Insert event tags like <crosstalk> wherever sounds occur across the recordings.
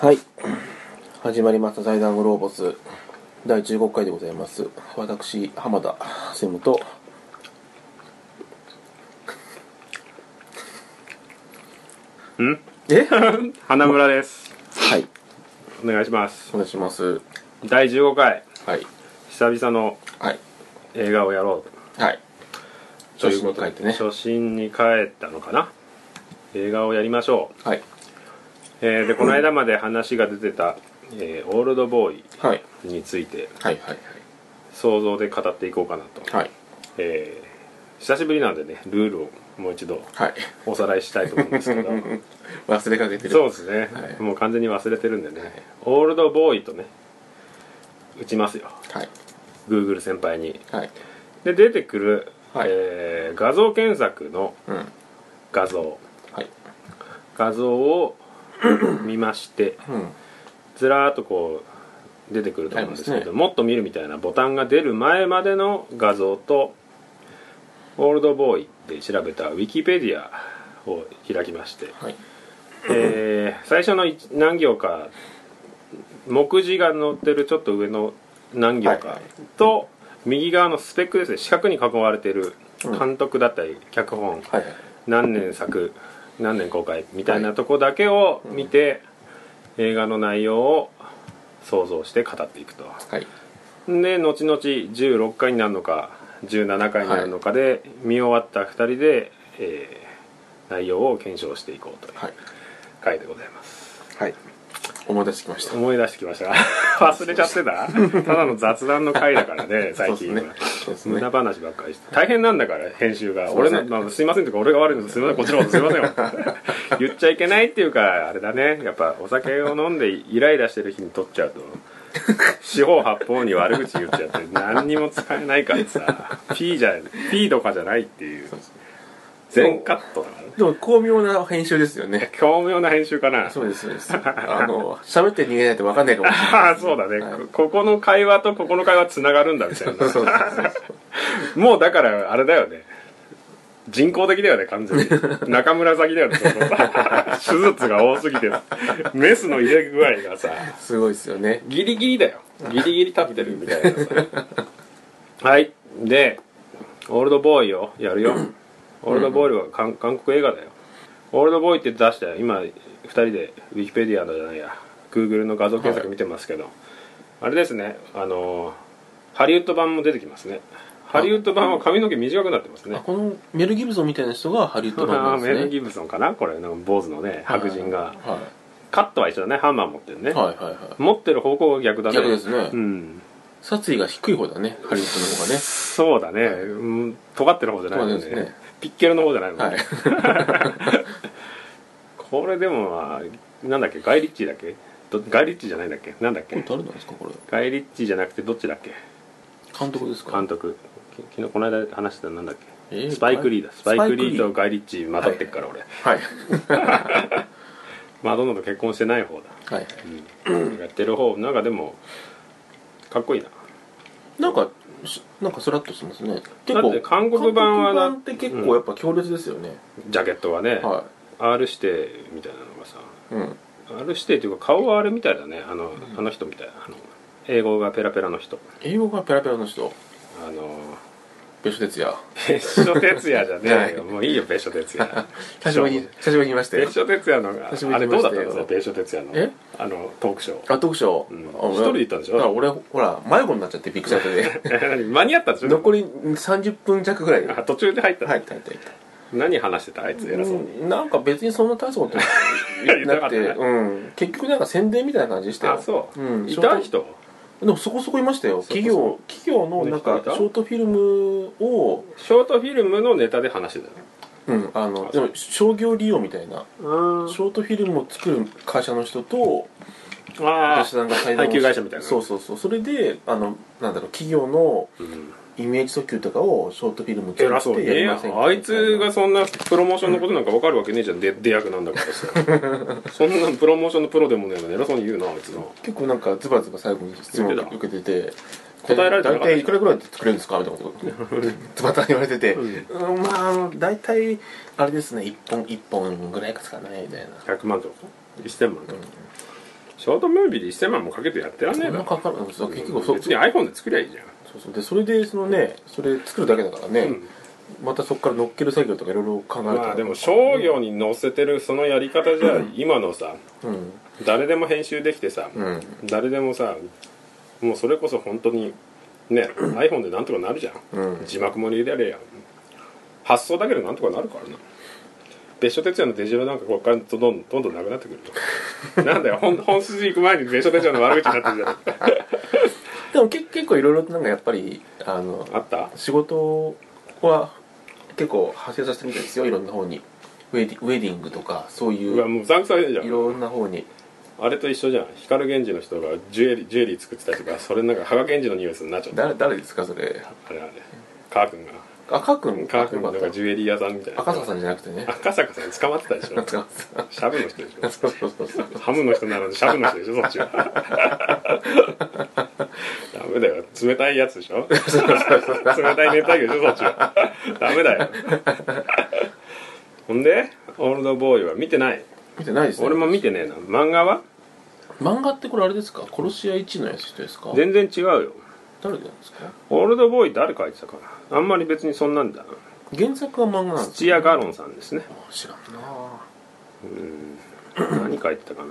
はい始まりました財団グローボス第15回でございます私浜田専務とんえ <laughs> 花村ですはいお願いしますお願いします第15回はい久々のはい映画をやろうはいと調子いうこにと帰でってね初心に帰ったのかな映画をやりましょう、はいえーでこの間まで話が出てた、えーオールドボーイはいについてはいはい想像で語っていこうかなと、はいえー久しぶりなんでねルールをもう一度はいおさらいしたいと思うんで <laughs> すけど忘れかけてるそうですね、はいもう完全に忘れてるんでね、オールドボーイとね打ちますよはいグーグル先輩にはいで出てくる、はいえー画像検索のうん画像はい画 <clears throat> 像を見ましてうんずらーっとこう出てくると思うんですけありどますもっと見るみたいなボタンが出る前までの画像と「オールドボーイ」で調べたウィキペディアを開きまして、はいえ <laughs> ー最初の一何行か目次が載ってるちょっと上の何行はいはかいと右側のスペックですね四角に囲まれてるうん監督だったり脚本はいはい何年作何年公開みたいなとこだけを見て映画の内容を想像して語っていくとはいで後々16回になるのか17回になるのかで見終わった2人で、えー内容を検証していこうというはい回でございますはい思い出してきました思い出してきました <laughs> 忘れちゃってたただの雑談の回だからね最近はそうですねそうですね無駄話ばっかりして大変なんだから編集がうで俺すねの、まあ、すいませんとか俺が悪いんですすいませんこっちらこそすいませんよ <laughs> 言っちゃいけないっていうかあれだねやっぱお酒を飲んでイライラしてる日に取っ <laughs> ちゃうと四方八方に悪口言っちゃって何にも使えないからさ P じゃ P とかじゃないっていうそうです全カットだからねでも巧妙な編集ですよね巧妙な編集かなそうですそう <laughs> ですあの喋って逃げないと分かんないかもしれないああそうだね、はいこここの会話とここの会話つながるんだみたいなそうそう <laughs> もうだからあれだよね人工的だよね完全に中村咲きだよねその手術が多すぎてメスの入れ具合がさすごいですよねギリギリだよギリギリ立ってるみたいなさ <laughs> はいでオールドボーイをやるよオールドボーイは韓韓国映画だよオールドボーイって出したよ今2人でウィキペディアのじゃないや Google の画像検索見てますけど、あれですねあのーハリウッド版も出てきますねハリウッド版は髪の毛短くなってますねあこのメル・ギブソンみたいな人がハリウッドあ版ーなんメル・ですねギブソンかなこれの坊主のね白人が、はカットは一緒だねハンマー持ってるね、いはいはいは持ってる方向が逆だいね逆ですねうん殺意が低い方だねハリウッドのそうだね、うん、尖ってる方じゃないもんそうですねねピッケルの方じゃないもんね、方がねはいこれでもまあなんだっけガイリッチーだっけどガイリッチーじゃないんだっけなんだっこれけ誰なんですかこれガイリッチーじゃなくてどっちだっけ監督ですか監督き昨日この間話してたのなんだっけ、えースパイク・リーだスパイク・リーとスガイリッチー混ざってっから俺、はいマドンナと結婚してない方だ、はいうん、やってる方なんかでもかっこいいななんかしなんかスラッとしてますねだって韓国版は韓国版って結構やっぱ強烈ですよね、ジャケットはね、は R してみたいなのがさい、うん、 R してっていうか顔はあれみたいだねあの,、あの人みたいなあの英語がペラペラの人英語がペラペラの人あの別所哲也別所哲也じゃねえよ、はもういいよ別所 <laughs> 哲也久しぶりに久しぶりに見ましたよ別所哲也のが久しぶありれに見どうだまっしたたよんですか別所哲也のえあのトークショーあ、読書、んあ一人で行ったんでしょだから俺ほら迷子になっちゃってびっくりしちゃっ <laughs> てね間に合ったんでしょ残り30分弱ぐらいであ途中で入った、入った入った入った何話してたあいつ偉そうに、うんなんか別にそんな大したこと言ってなくて <laughs> 言ってなかったうん、結局なんか宣伝みたいな感じでしたよあそう、うんいた人でもそこそこいましたよそこそ企こ業企業のなんかね人いたショートフィルムを、ショートフィルムのネタで話してたうん、あのあでそうも商業利用みたいなのショートフィルムを作る会社の人とああ私なんか対談を配給会社みたいなそうそうそうそれであのなんだろう企業のうんイメージ訴求とかをショートフィルム作偉そうっにてやりねませんかあいつがそんなプロモーションのことなんか分かるわけねえじゃんで出役なんだから <laughs> さそんなプロモーションのプロでもねえのに偉そうに言うなあいつの結構なんかズバズバ最後に質問を受けてて答えられてなかった大体いくらぐらいで作れるんですかみたいなことズバッと言われてて、ううんまああの大体あれですね1本1本ぐらいか使わないみたいな100万とか1000万とか、ショートムービーで1000万もかけてやってらんねそえんなだかかるんですよ結局そ別に iPhone で作りゃいいじゃんそうそうでそれでそのねそれ作るだけだからね、うんまたそこから乗っける作業とかいろいろ考えるとまあでも商業に載せてるそのやり方じゃ今のさうん誰でも編集できてさ、うん誰でもさもうそれこそ本当にね iPhone でなんとかなるじゃん、うん字幕も入れりゃや発想だけでなんとかなるからな別所哲也のデジロなんかこっからどんどんどんどんなくなってく <laughs> るよなんだよ本本筋行く前に別所哲也の悪口になってるじゃんでもけ結構いろいろなんかやっぱりあのあった仕事は結構派生させてみたんですよいろんな方にウェディウェディングとかそういうわうもう残酷じゃいんろんな方にあれと一緒じゃん光源氏の人がジュエリージュエリー作ってたりとかそれなんか羽賀源氏のニュースになっちゃった誰誰ですかそれあれあれ川君が赤くん川君よなんかかったジュエリー屋さんみたいな赤坂さんじゃなくてね赤坂さん捕まってた <laughs> でしょ赤坂さんシャブの人でしょそうそうそうそうハムの人ならぬシャブの人でしょそっちはダメだよ冷たいやつでしょ冷たい熱帯魚でしょそっちはダメだよほんでオールドボーイは見てない見てないですね俺も見てねえな漫画は漫画ってこれあれですか殺し屋一のやつ人ですか全然違うよ誰なんですかオールドボーイ誰書いてたかなあんまり別にそんなんだな原作は漫画なんです土屋ガロンさんですね知らんなあ何書いてたかな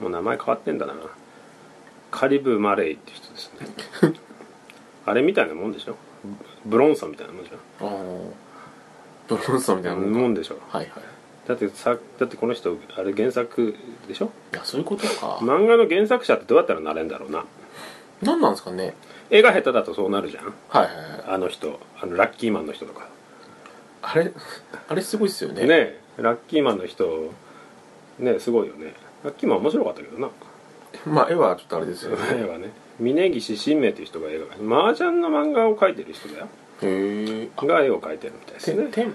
もう名前変わってんだなカリブ・マレイって人ですね <laughs> あれみたいなもんでしょブロンソンみたいなもんじゃあーブロンソンみたいんなもんかもんでしょはいはいだってさだってこの人あれ原作でしょいやそういうことか、漫画の原作者ってどうやったらなれんだろうな何なんですかね絵が下手だとそうなるじゃんはいはいはいあの人あのラッキーマンの人とかあれあれすごいっすよねねラッキーマンの人ねすごいよねラッキーマン面白かったけどなまあ絵はちょっとあれですよね <laughs> 絵はね峯岸新明っていう人が絵が麻雀の漫画を描いてる人だよへえが絵を描いてるみたいですてねてん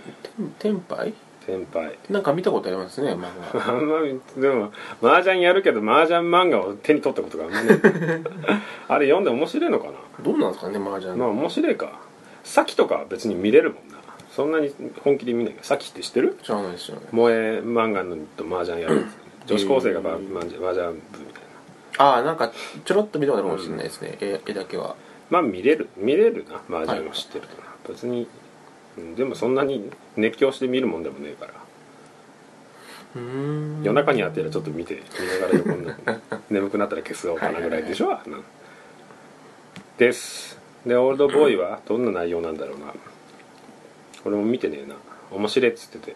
てんぱい先輩なんか見たことありますね漫画あんまりでも麻雀やるけど麻雀漫画を手に取ったことがあんまねあれ読んで面白いのかなどうなんですかね麻雀まあ面白いか先とかは別に見れるもんなそんなに本気で見ないけど先って知ってる知らないですよね萌え漫画のと麻雀やるやつ女子高生が麻雀麻雀部みたいなああなんかちょろっと見たことあるかもしれないですね、絵絵だけはまあ見れる見れるな麻雀を知ってるとな、別にうんでもそんなに熱狂して見るもんでもねえからうーん夜中にやってるちょっと見て見ながら横になって <laughs> 眠くなったら消すおうかなぐらいでしょ、うんですでオールドボーイはどんな内容なんだろうな俺も見てねえな面白いっつってて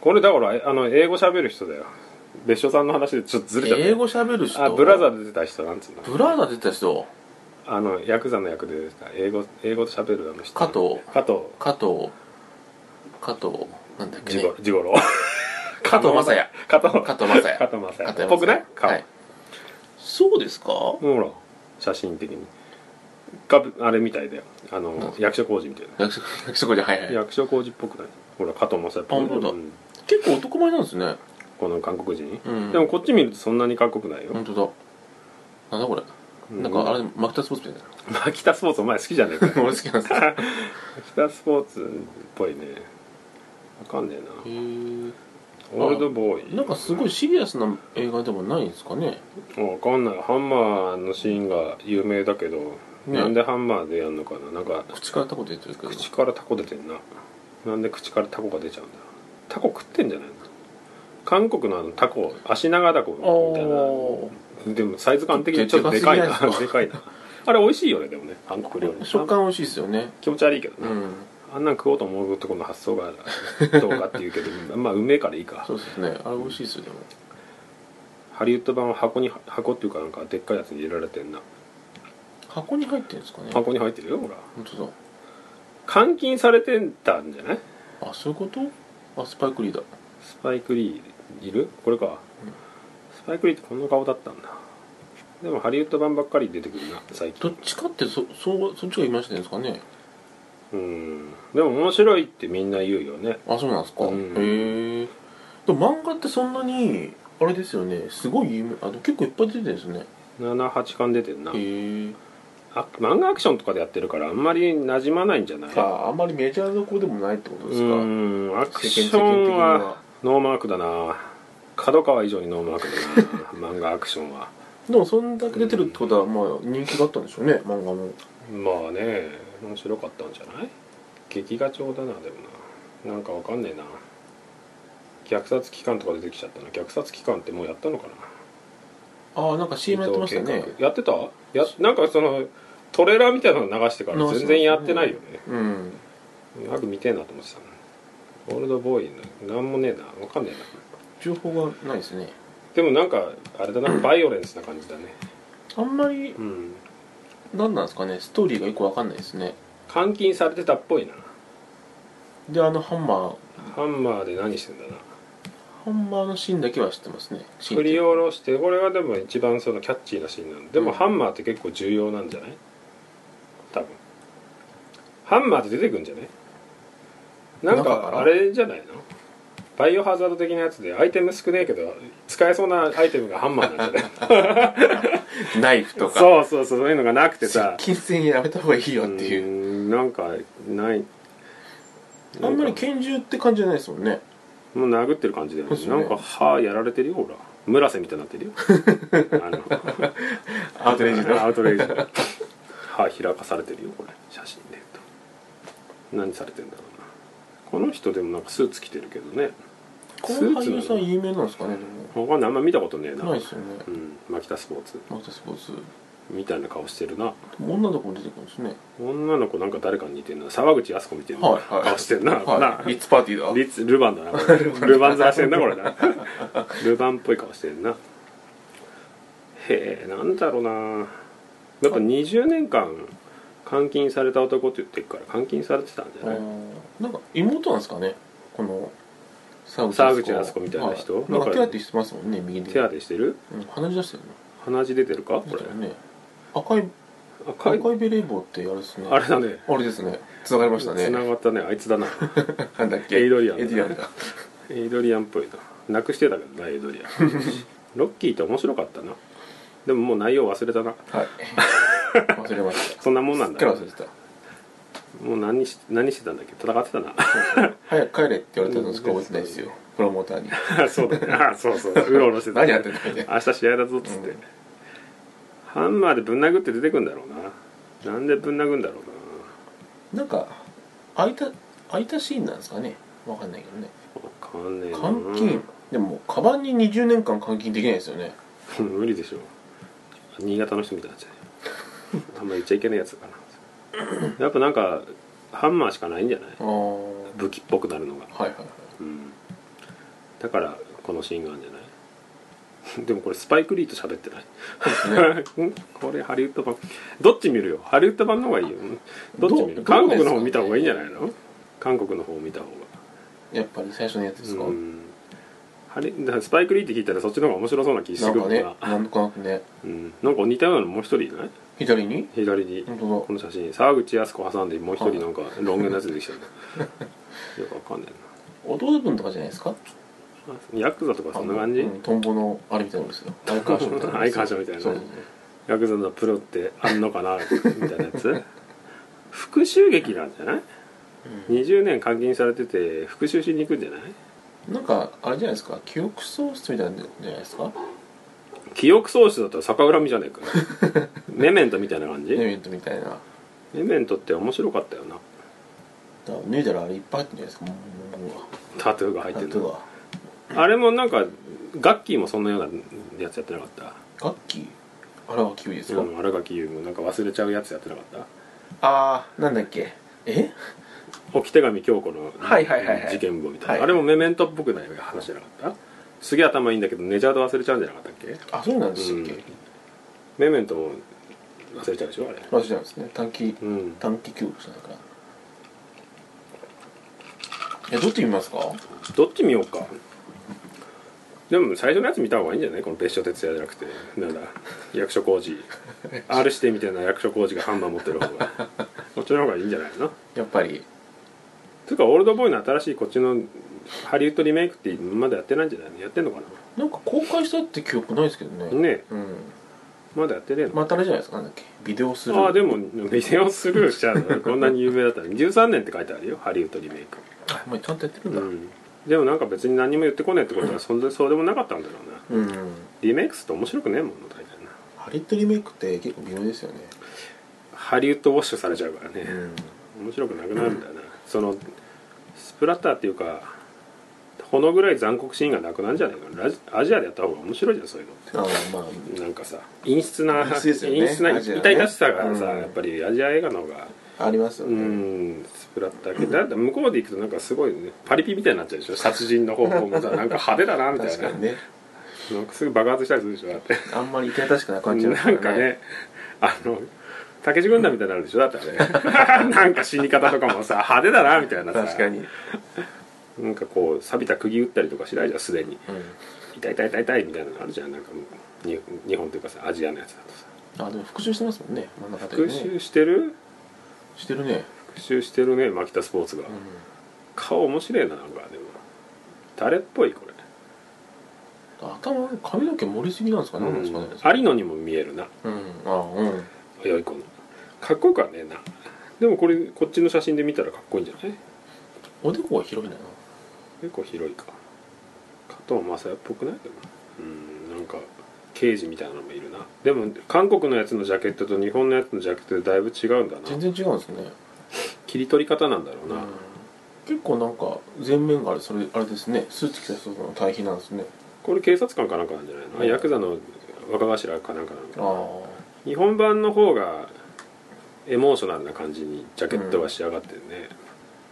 これだからえあの英語喋る人だよ別所さんの話でちょっとずれちゃった英語喋る人あブラザーで出てた人なんつうのブラザー出てた人あのヤクザの役で出てた英語英語喋るあの人加藤加藤加藤加藤なんだっけジねゴロジゴロ加藤雅也 <laughs> 加藤加藤雅也加藤加雅藤也雅っ也ぽくない顔はいそうですかほら写真的にかぶあれみたいだよあの役所工事みたいな役所 <laughs> 役所工事はいはい役所工事っぽくないほら加藤正也っぽあ本当だうん結構男前なんですねこの韓国人、うんでもこっち見るとそんなに韓国ないよ、本当だなんだこれなんかあれマキタスポーツみたいまあ北スポーツお前好きじゃね <laughs> えかなよ俺好きなんですよ北スポーツっぽいねわかんねへえーなオールドボーイなんかすごいシリアスな映画でもないんですかねわかんないハンマーのシーンが有名だけど、なんでハンマーでやんのかななんか口からタコ出てるけど口からタコ出てんななんで口からタコが出ちゃうんだタコ食ってんじゃないの韓国のあのタコ足長タコみたいあなでもサイズ感的にちょっとでかいなでかすぎないですかでかいなあれ美味しいよねでもね韓国料理あ食感美味しいですよね気持ち悪いけどうね、んあんなん食おうと思うとこの発想がどうかっていう <laughs> けどまあうめえからいいかそうですねあれ美味しいですよでもハリウッド版は箱に箱っていうかなんかでっかいやつに入れられてんな箱に入ってるんですかね本箱に入ってるよほら当監禁されてたんじゃないだあそういうことあスパイクリーダースパイク・リーいるこれか、スパイク・リーってこんな顔だったんだでもハリウッド版ばっかり出てくるな最どっ近ちかってそそうそっちが言いましたんですかねうんでも面白いってみんな言うよねあそうなんですか、うんへえでも漫画ってそんなにあれですよねすごい有名あでも結構いっぱい出てるんですね78巻出てんなへえあ漫画アクションとかでやってるからあんまり馴染まないんじゃないああんまりメジャーどころでもないってことうですかんアクシ世間的ョにンははノーマークだな角川以上にノーマークだ <laughs> な漫画アクションはでもそんだけ出てるってことはまあ人気があったんでしょうね漫画もまあね面白かったんじゃない劇画調だなでもななんかわかんねえな虐殺機関とか出てきちゃったな虐殺機関ってもうやったのかなああなんか CM やってましたよ伊ね藤健やってたやなんかそのトレーラーみたいなの流してから全然やってないよねうん早く見てえなと思ってたなオールドボーイななんもねえなわかんねえな情報がないですねでもなんかあれ <coughs> だなバイオレンスな感じだねあんまりうん何なんですかねストーリーがよくわかんないですね監禁されてたっぽいなであのハンマーハンマーで何してんだなハンマーのシーンだけは知ってますねシーン振ってりいうか下ろしてこれがでも一番そのキャッチーなシーンなんででもうんハンマーって結構重要なんじゃない多分ハンマーって出てくんじゃないなん中かからあれじゃないのバイオハザード的なやつでアイテム少ねえけど使えそうなアイテムがハンマーなんじゃないナイフ <laughs> とかそうそうそうそういうのがなくてさ金銭やめた方がいいようっていうーんなんかないあんまりなんか拳銃って感じじゃないですもんねもう殴ってる感じだそようねっすねなんか歯やられてるよほら村瀬みたいになってるよ <laughs> あのアウトレイジのアウトレイジの歯開かされてるよこれ写真で言うと何されてんだろうなこの人でもなんかスーツ着てるけどねこの俳優さん有名なんですかねで他にあんま見たことねえなもないですよねうんマキタスポーツマクタスポーツみたいな顔してるな女の子も出てくるんですね女の子なんか誰かに似てんな沢口靖子みたいなはいはい顔してんな、はいリッツパーティーだなリッツルヴァ <laughs> ンだなこれルヴァンザーしてんなこれなルヴァンっぽい顔してんなへえなんだろうなやっぱ20年間監禁された男って言ってるから監禁されてたんじゃうない、んなんか妹なんですかねこの沢沢口靖子みたいな人はいなんか手当てしてますもんね右で手当てしてるうん鼻血出してる鼻血出てるかのこ出れてるね赤い赤い赤いベレー帽ってあれですねあれだねあれですね繋がりましたね繋がったねあいつだななんだっけエイドリアンエイドリアンだエイドリアンっぽいななくしてたけどなエイドリア <laughs> ンロッキーって面白かったなでももう内容忘れたな <laughs> はい忘れましたそんなもんなんだすっかり忘れてたもう何し何してたんだっけ戦ってたな早く帰れって言われたのしか覚えてないですよプロモーター <laughs> にそうだねあそうそううろうろしてた <laughs> 何やってんだみたいな明日試合だぞっつって、うんハンマーでぶん殴って出てくんだろうななんでぶん殴んだろうなんか空いた空いたシーンなんですかねわかんないけどねなわかんねえな監禁でももうカバンに20年間監禁できないですよねうん <laughs> 無理でしょ新潟の人みたいになっちゃうよあんま言っちゃいけないやつだなやっぱなんかハンマーしかないんじゃないああは武器っぽくなるのが、いはいはいうん、だからこのシーンがあるんじゃない <laughs> でもこれスパイクリーと喋ってない <laughs> うんこれハリウッド版どっち見るよハリウッド版の方がいいよどっち見るど韓どうで国のすか方ね見た方がいいんじゃないの韓国の方見た方がやっぱり最初のやつですか、うんハリだからスパイクリーって聞いたらそっちの方が面白そうな気しなてんくかるねななんとなくねうん、なんか似たようなのもう一人いない左に左に本当この写真沢口靖子挟んでもう一人なんかロン毛のやつ出てきちゃうよくわかんないだ弟分とかじゃないですかなヤクザとかそんな感じ、あのうんトンボのあれみたいなのですよ <laughs> 相川賞みたいな相川賞みたいなそうそうヤクザのプロってあんのかなみたいなやつ <laughs> 復讐劇なんじゃない20年監禁されてて復讐しに行くんじゃないそうなんかあれじゃないですか記憶喪失みたいなのじゃないですか記憶喪失だったら逆恨みじゃねえ <laughs> かメメントみたいな感じネメメントみたいなだかメントって面白かったよなら脱いだらあれいっぱい入ってるじゃないですかもうもうもタトゥーが入うっあてるとのはあれもなんかガッキーもそんなようなやつやってなかった楽器あれはキウイですか、うん、荒垣結衣もなんか忘れちゃうやつやってなかったああなんだっけえ置き手紙京子のはいはいはいはい事件簿みたいな、はいあれもメメントっぽくない話じゃなかったすげえ頭いいんだけど寝ちゃうと忘れちゃうんじゃなかったっけあそうなんでしたっけ、うんメメントも忘れちゃうでしょあれ私なんですね短期うん短期記憶じゃないからえどっち見ますかどっち見ようかでも最初のやつ見た方がいいんじゃないこの別所哲也じゃなくてなんだ役所工事 R してみたいな役所工事がハンマー持ってる方が <laughs> こっちの方がいいんじゃないのやっぱりてかオールドボーイの新しいこっちのハリウッドリメイクってまだやってないんじゃないのやってんのかなんか公開したって記憶ないですけどなねねえうんまだやってねえのまたあれじゃないですかなんだっけビデオするああでもビデオスルーしちゃうのこんなに有名だったら13年って書いてあるよハリウッドリメイクあもうちゃんとやってるんうだ、んでもなんか別に何も言ってこねえってことはそんでそうでもなかったんだろうなうんリメイクすると面白くねえもんな大体なハリウッドリメイクって結構微妙ですよねハリウッドウォッシュされちゃうからね、うん面白くなくなるんだよな、そのスプラッターっていうかほのぐらい残酷シーンがなくなるんじゃないかなラジアジアでやった方が面白いじゃんそういうのっああまあてなんかさ陰湿な陰湿ですよね陰湿なアジアね痛々しさがさ、うんやっぱりアジア映画の方がありますようね、んスプラッター系だって向こうで行くとなんかすごい、ね、パリピみたいになっちゃうでしょ殺人の方法もさなんか派手だなみたい確なかにねなんかすぐ爆発したりするでしょだってあんまり痛々しくなく感じますなんかねあの竹地軍団みたいになるでしょだってあれ <laughs> なんか死に方とかもさ派手だなみたいなさ確かに、うん、なんかこう錆びた釘打ったりとかしないじゃんすでに痛い痛い痛い痛いみたいなのあるじゃんなんかもうに日本というかさアジアのやつだとさあでも復習してますもんね真ん中で復ね習してるしてるね、復習してるね牧田スポーツが、うん、顔面白いななんかでも誰っぽいこれ頭髪の毛盛りすぎなんですかね、なんですかね有野にも見えるなうんああうん良い子のかっこよくはねえなでもこれこっちの写真で見たらかっこいいんじゃないおでこが広いんだよ結構広いか加藤雅也っぽくないでもうんなんか刑事みたいなのもいるなでも韓国のやつのジャケットと日本のやつのジャケットでだいぶ違うんだな全な然違うんですね、切り取り方なんだろううな、ん、結構なんか前面があれそれあれですねスーツ着た人の対比なんですねこれ警察官かなんかなんじゃないの、うんヤクザの若頭かなんかなのかあなあ日本版の方がエモーショナルな感じにジャケットが仕上がってるね、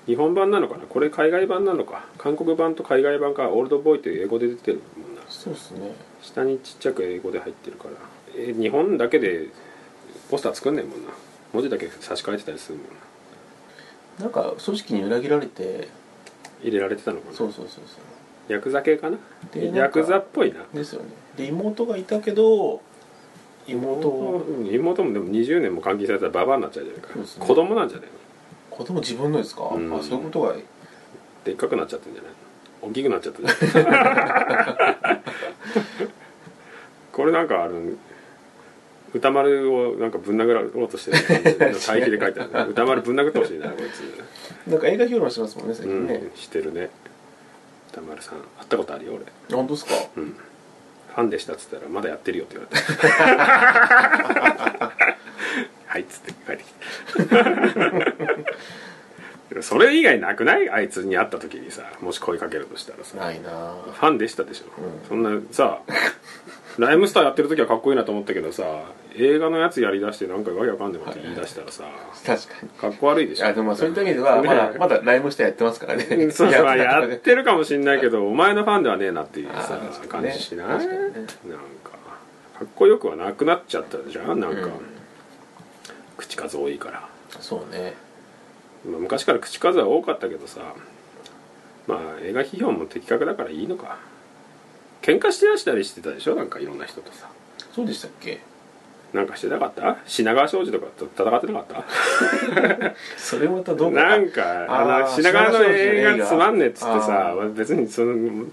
日本版なのかなこれ海外版なのか韓国版と海外版かオールドボーイって英語で出てるもんなそうですね下にちっちゃく英語で入ってるからえ日本だけでポスター作んねえもんな文字だけ差し替えてたりするもんななんか組織に裏切られて入れられてたのかなそうそうそうそうヤクザ系かなでなんかヤクザっぽいなですよねで妹がいたけど妹をうん妹もでも20年も監禁されたらババアになっちゃうじゃないか、そうですね子供なんじゃないの子供自分のですか、うんあそういうことがでっかくなっちゃってんじゃないの大きくなっちゃったじゃない <laughs> これなんかある歌丸をなんかぶん殴ろうとしてる感じの対比で書いてあるね歌丸ぶん殴ってほしいなこいつなんか映画評論してますもんね最近ね、うん、してるね歌丸さん会ったことあるよ俺本当ですかうんファンでしたっつったら「まだやってるよ」って言われて <laughs> 「はい」っつって帰ってきて <laughs> それ以外なくないあいつに会った時にさもし声かけるとしたらさないなぁファンでしたでしょ、うんそんなさライムスターやってる時はかっこいいなと思ったけどさ映画のやつやりだしてなんかわけわかんねえこと言い出したらさ確かにかっこ悪いでいしょやでもまあそういった意味ではまだまだライムしてやってますからねうんそうそういややってるかもしんない <laughs> けどお前のファンではねえなっていうさあー感じしない、確かにねなんかかっこよくはなくなっちゃったじゃんなんか、うん口数多いから、そうねまあ昔から口数は多かったけどさまあ映画批評も的確だからいいのか喧嘩してらしたりしてたでしょなんかいろんな人とさそうでしたっけなんかしてなかった品川庄司とかと戦ってなかったそれまたどうかなんかああのー品川の映画つまんねえっつってさあ別にその <laughs> うん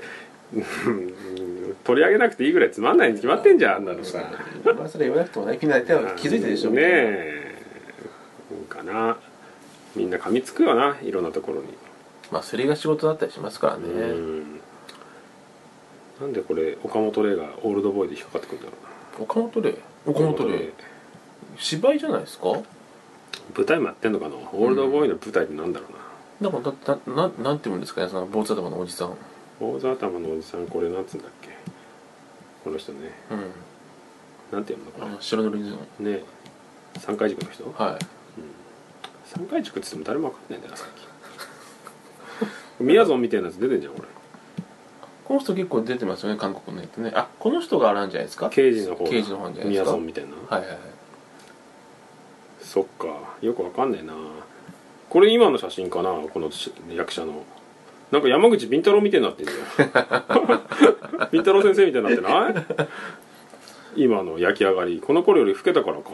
取り上げなくていいぐらいつまんないに決まってんじゃんあんなのさまあそれ言わなくてもねみんな手は気づいてるでしょねえかなみんな噛みつくよないろんなところに、まあそれが仕事だったりしますからねうんなんでこれ岡本玲がオールドボーイで引っかかってくるんだろ岡本玲う岡本玲芝居じゃないですか舞台もやってんのかなオールドボーイの舞台ってなんだろうな、なんかだってなななんて言うんですかねその坊主頭のおじさんうん坊主頭のおじさんこれなんつうんだっけこの人ねなんていうのこあれの白塗りのね三階塾の人はい三階塾って言っても誰もわかんないんだよな最 <laughs> 近みやぞんみたいなやつ出てんじゃんこれこの人結構出てますよね韓国のやつねあこの人があれなんじゃないですか刑事の方刑事の方じゃないみでやすかぞはんいみたいなはいはいそっかよくわかんないなこれ今の写真かなこのし役者のなんか山口敏太郎みたいになってんじ <laughs> ゃん敏太郎先生みたいになってない今の焼き上がりこの頃より老けたからか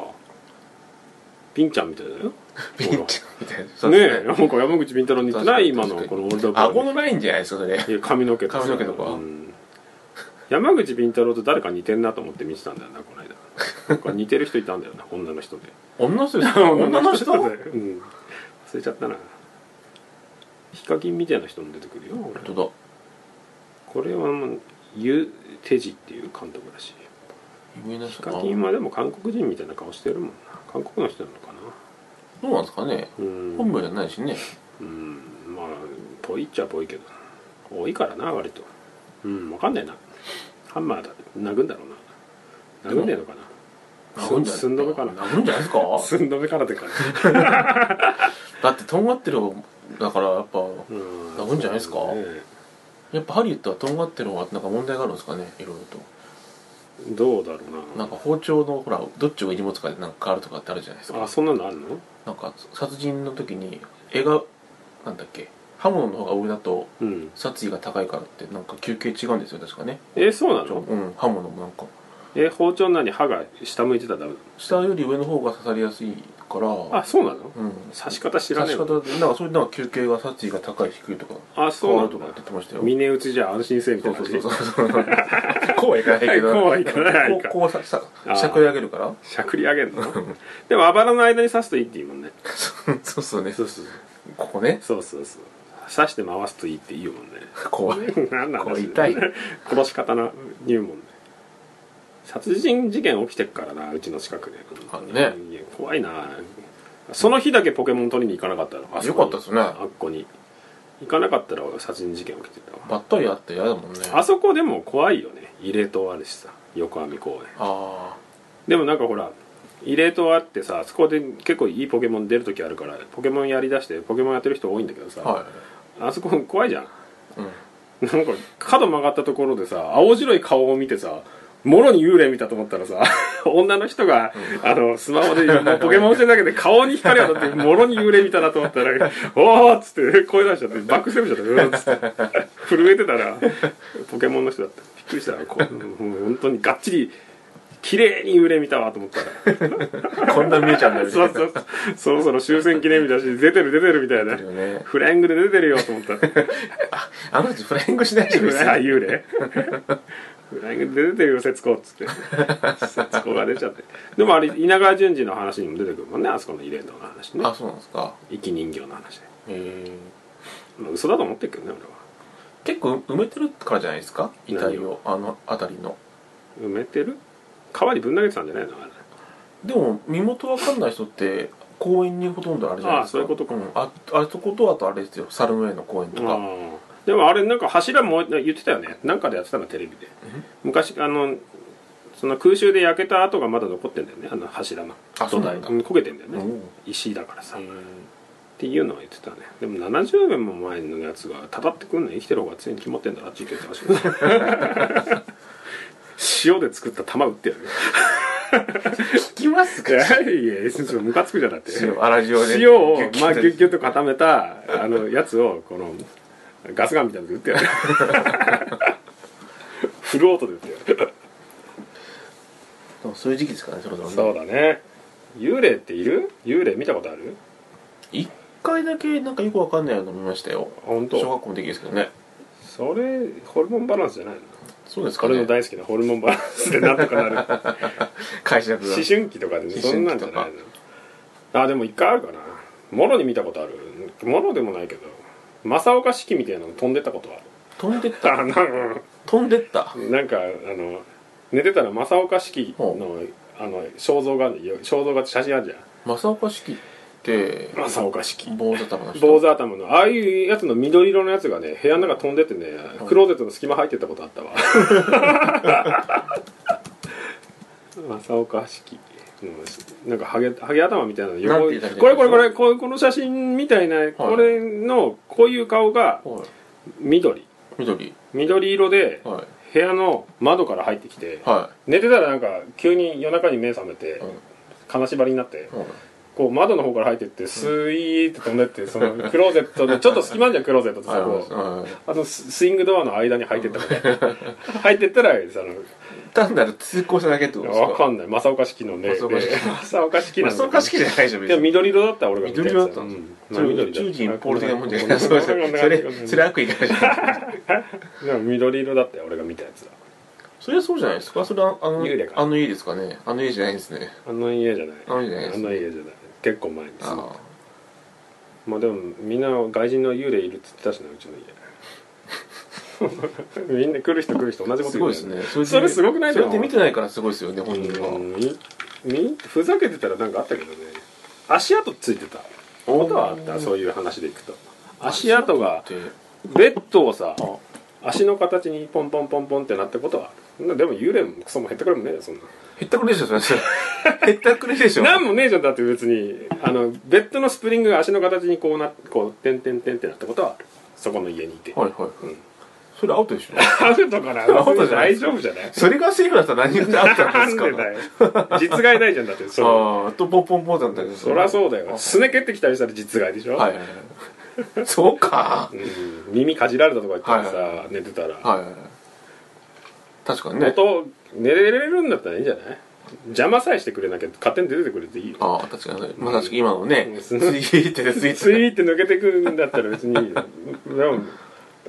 ピンちゃんみたいだよ <laughs> ピンチみたいなそうねですえなんか山口敏太郎に似てない今のこのオールドボーイ顎のラインじゃないですかそれいや髪の毛さ髪の毛とかうん山口敏太郎と誰か似てんなと思って見てたんだよなこの間 <laughs> なんか似てる人いたんだよな女の人で女の人ですか女の <laughs> 人で、うん、忘れちゃったなヒカキンみたいな人も出てくるよ俺本当だこれはもうユ・テジっていう監督だし有名なヒ人かカなキンはでも韓国人みたいな顔してるもんな韓国の人なのかなどうなんですかねうん本名じゃないしねうんまあぽいっちゃぽいけど多いからな割とうんわかんないなハンマーだ殴んだろうな殴んねえのかなすんすんどめかな殴るんじゃないですかすんどめからでかなだってとんがってる方だからやっぱうん殴んじゃないですかそうねやっぱハリウッドはとんがってる方がなんか問題があるんですかねいろいろとどうだろうななんか包丁のほらどっちが荷物かでなんか変わるとかってあるじゃないですかあそんなのあんのなんか殺人の時に絵がなんだっけ刃物の方が上だとうん殺意が高いからってなんか休憩違うんですよ確かねえそうなちょのうん刃物もなんかえ包丁なに刃が下向いてたらダメな下より上の方が刺されやすいからのあそうなのうん刺し方知ら刺ねえしわ方でなんかそういうなんか休憩が殺意が高い低いとかあ変そうわなるんとかだって言ってましたよ峰打ちじゃ安心せえみたそいうなそう感そうじそう <laughs> そうこうはいかないけどこうはいかないかこうこうささあーしゃくり上げるから <laughs> しゃくり上げるの <laughs> でもあばらの間に刺すといいって言うもんねそうそうねそうそうここねそうそうそう刺して回すといいって言うもんね <laughs> 怖い何なんだこそれれ痛い殺し方な言うもんね殺人事件起きてるからなうちの近くであねいや怖いなその日だけポケモン取りに行かなかったらあそこによかったですねあっこに行かなかったら殺人事件起きてたわばったりあって嫌だもんねあそこでも怖いよね慰霊塔あるしさ横網公園あでもなんかほら慰霊塔あってさあそこで結構いいポケモン出る時あるからポケモンやりだしてポケモンやってる人多いんだけどさ、あはあそこ怖いじゃんい、うん、なんか角曲がったところでさ青白い顔を見てさもろに幽霊見たと思ったらさ <laughs> 女の人が、あのスマホでもうポケモンしてるだけで顔に光が当たってもろに幽霊見たなと思ったら「おーっつって声出しちゃってバックステップしちゃったうーっつって震えてたらポケモンの人だったびっくりしたらこうもう本当にがっちり綺麗に幽霊見たわと思ったらこんな見えちゃうんだよねそうそうそろそろ終戦記念日だし出てる出てるみたいだよなねフライングで出てるよと思ったらあの人フライングしないでフくだラさイい幽霊フライングで出てるよ節子っつって節子が出ちゃってでもあれ稲川淳二の話にも出てくるもんねあそこの慰霊堂の話ねあそうなんですか生き人形の話ね、へえまあ、嘘だと思ってるけどね結構埋めてるからじゃないですか遺体何をあの辺りの俺は埋めてる川にぶん投げてたんじゃないのあれでも身元わかんない人って公園にほとんどあれじゃないですかああそういうことかんああそことあとあれですよ猿の上の公園とあかーでもあれなんか柱も言ってたよねなんかでやってたのテレビで昔あのその空襲で焼けた跡がまだ残ってんだよねあの柱のあそうなんだ土台うん焦げてんだよね、うん石だからさ、へっていうのは言ってたねでも70年も前のやつがたたってくんの生きてる方が強いに決まってんだなあっち行けって話ですよ塩で作った玉打ってやるえ聞きますいやいやそれムカつくじゃなくて塩粗塩で塩をギュッギュッまあ、ギュッギュッと固めたあのやつをこのガスガンみたいなので打ってやるフルオートで打ってやるでもそういう時期ですからねそろそろねそうだね幽霊っている幽霊見たことある一回だけなんかよくわかんないの見ましたよあ本小当学校の時ですけどねそれホルモンバランスじゃないのそうですか俺のね大好きなホルモンバランスでなんとかなる解釈が思春期とかでね思春期とかそんなんじゃないのあでも一回あるかなもろに見たことあるもろでもないけど正岡式みたいなの飛んでった <laughs> ことは飛んでっあたるあ飛んでったなんなんかあの寝てたら正岡式のあの肖像画よ肖像画って写真あるじゃ正岡式ってん正岡式坊主頭の人坊主頭のああいうやつの緑色のやつがね部屋の中飛んでってねはいクローゼットの隙間入ってったことあったわ <laughs> 正岡式うんなんかハゲハゲ頭みたいなのなん横ていう写真これこれこれこうこの写真みたいな、これのこういう顔がはい緑緑緑色では部屋の窓から入ってきていは寝てたらなんか急に夜中に目覚めていうん金縛りになってはいこう窓の方から入ってってスイーって飛んでってそのクローゼットでちょっと隙間あるじゃんクローゼットとはいそはいこはいあのススイングドアの間に入ってったから、入ってったらその単なる通行者だけってことですかわかんない正岡式のね正岡式正岡式まなあんそだの貸し切りじゃないじゃんいや緑色だった俺が見たやつ緑色だったうんですんそれ宇宙人ポール的なもんじゃないそそれうそれそれ悪意からじゃない緑色だったよ俺が見たやつだそれはそうじゃないですかそれはあの幽霊かあの家ですかねあの家じゃないですねあの家じゃないあの家じゃないですあの家じゃない結構前に住んであまあでもみんな外人の幽霊いるって言ってたしなうちの家 <laughs> みんな来る人来る人同じことすご言ういんですだねよれそれすごくないそでれもって見てないからすごいですよね本人うはんみみふざけてたらなんかあったけどね足跡ついてたことはあったそういう話でいくと足跡がでベッドをさあ足の形にポンポンポンポンってなったことはあるなでも幽霊もクソも減ったくれもねえよそんなへったくれでしょそれ <laughs> へったくれでしょなんもねえじゃんだって別にあのベッドのスプリングが足の形にこうなこう点々点ってなったことはあるそこの家にいてはいはい、それアウトでしょアウトかなアウトじゃない大丈夫じゃないそれがセーフだったら何があったなんでんすでかだよ実害ないじゃんだってそれああとポンポンポンだったけどそりゃそうだよあすね蹴ってきたりしたら実害でしょ、はいはいはいそうかうん耳かじられたとか言ったらさ、はい寝てたら、はいはいはい確かにね音寝れるんだったらいいんじゃない邪魔さえしてくれなきゃ勝手に出てくれていいよああ確かにまさしく今のうねんスイーってスイスーイーって抜けてくるんだったら別にいいよ <laughs> でも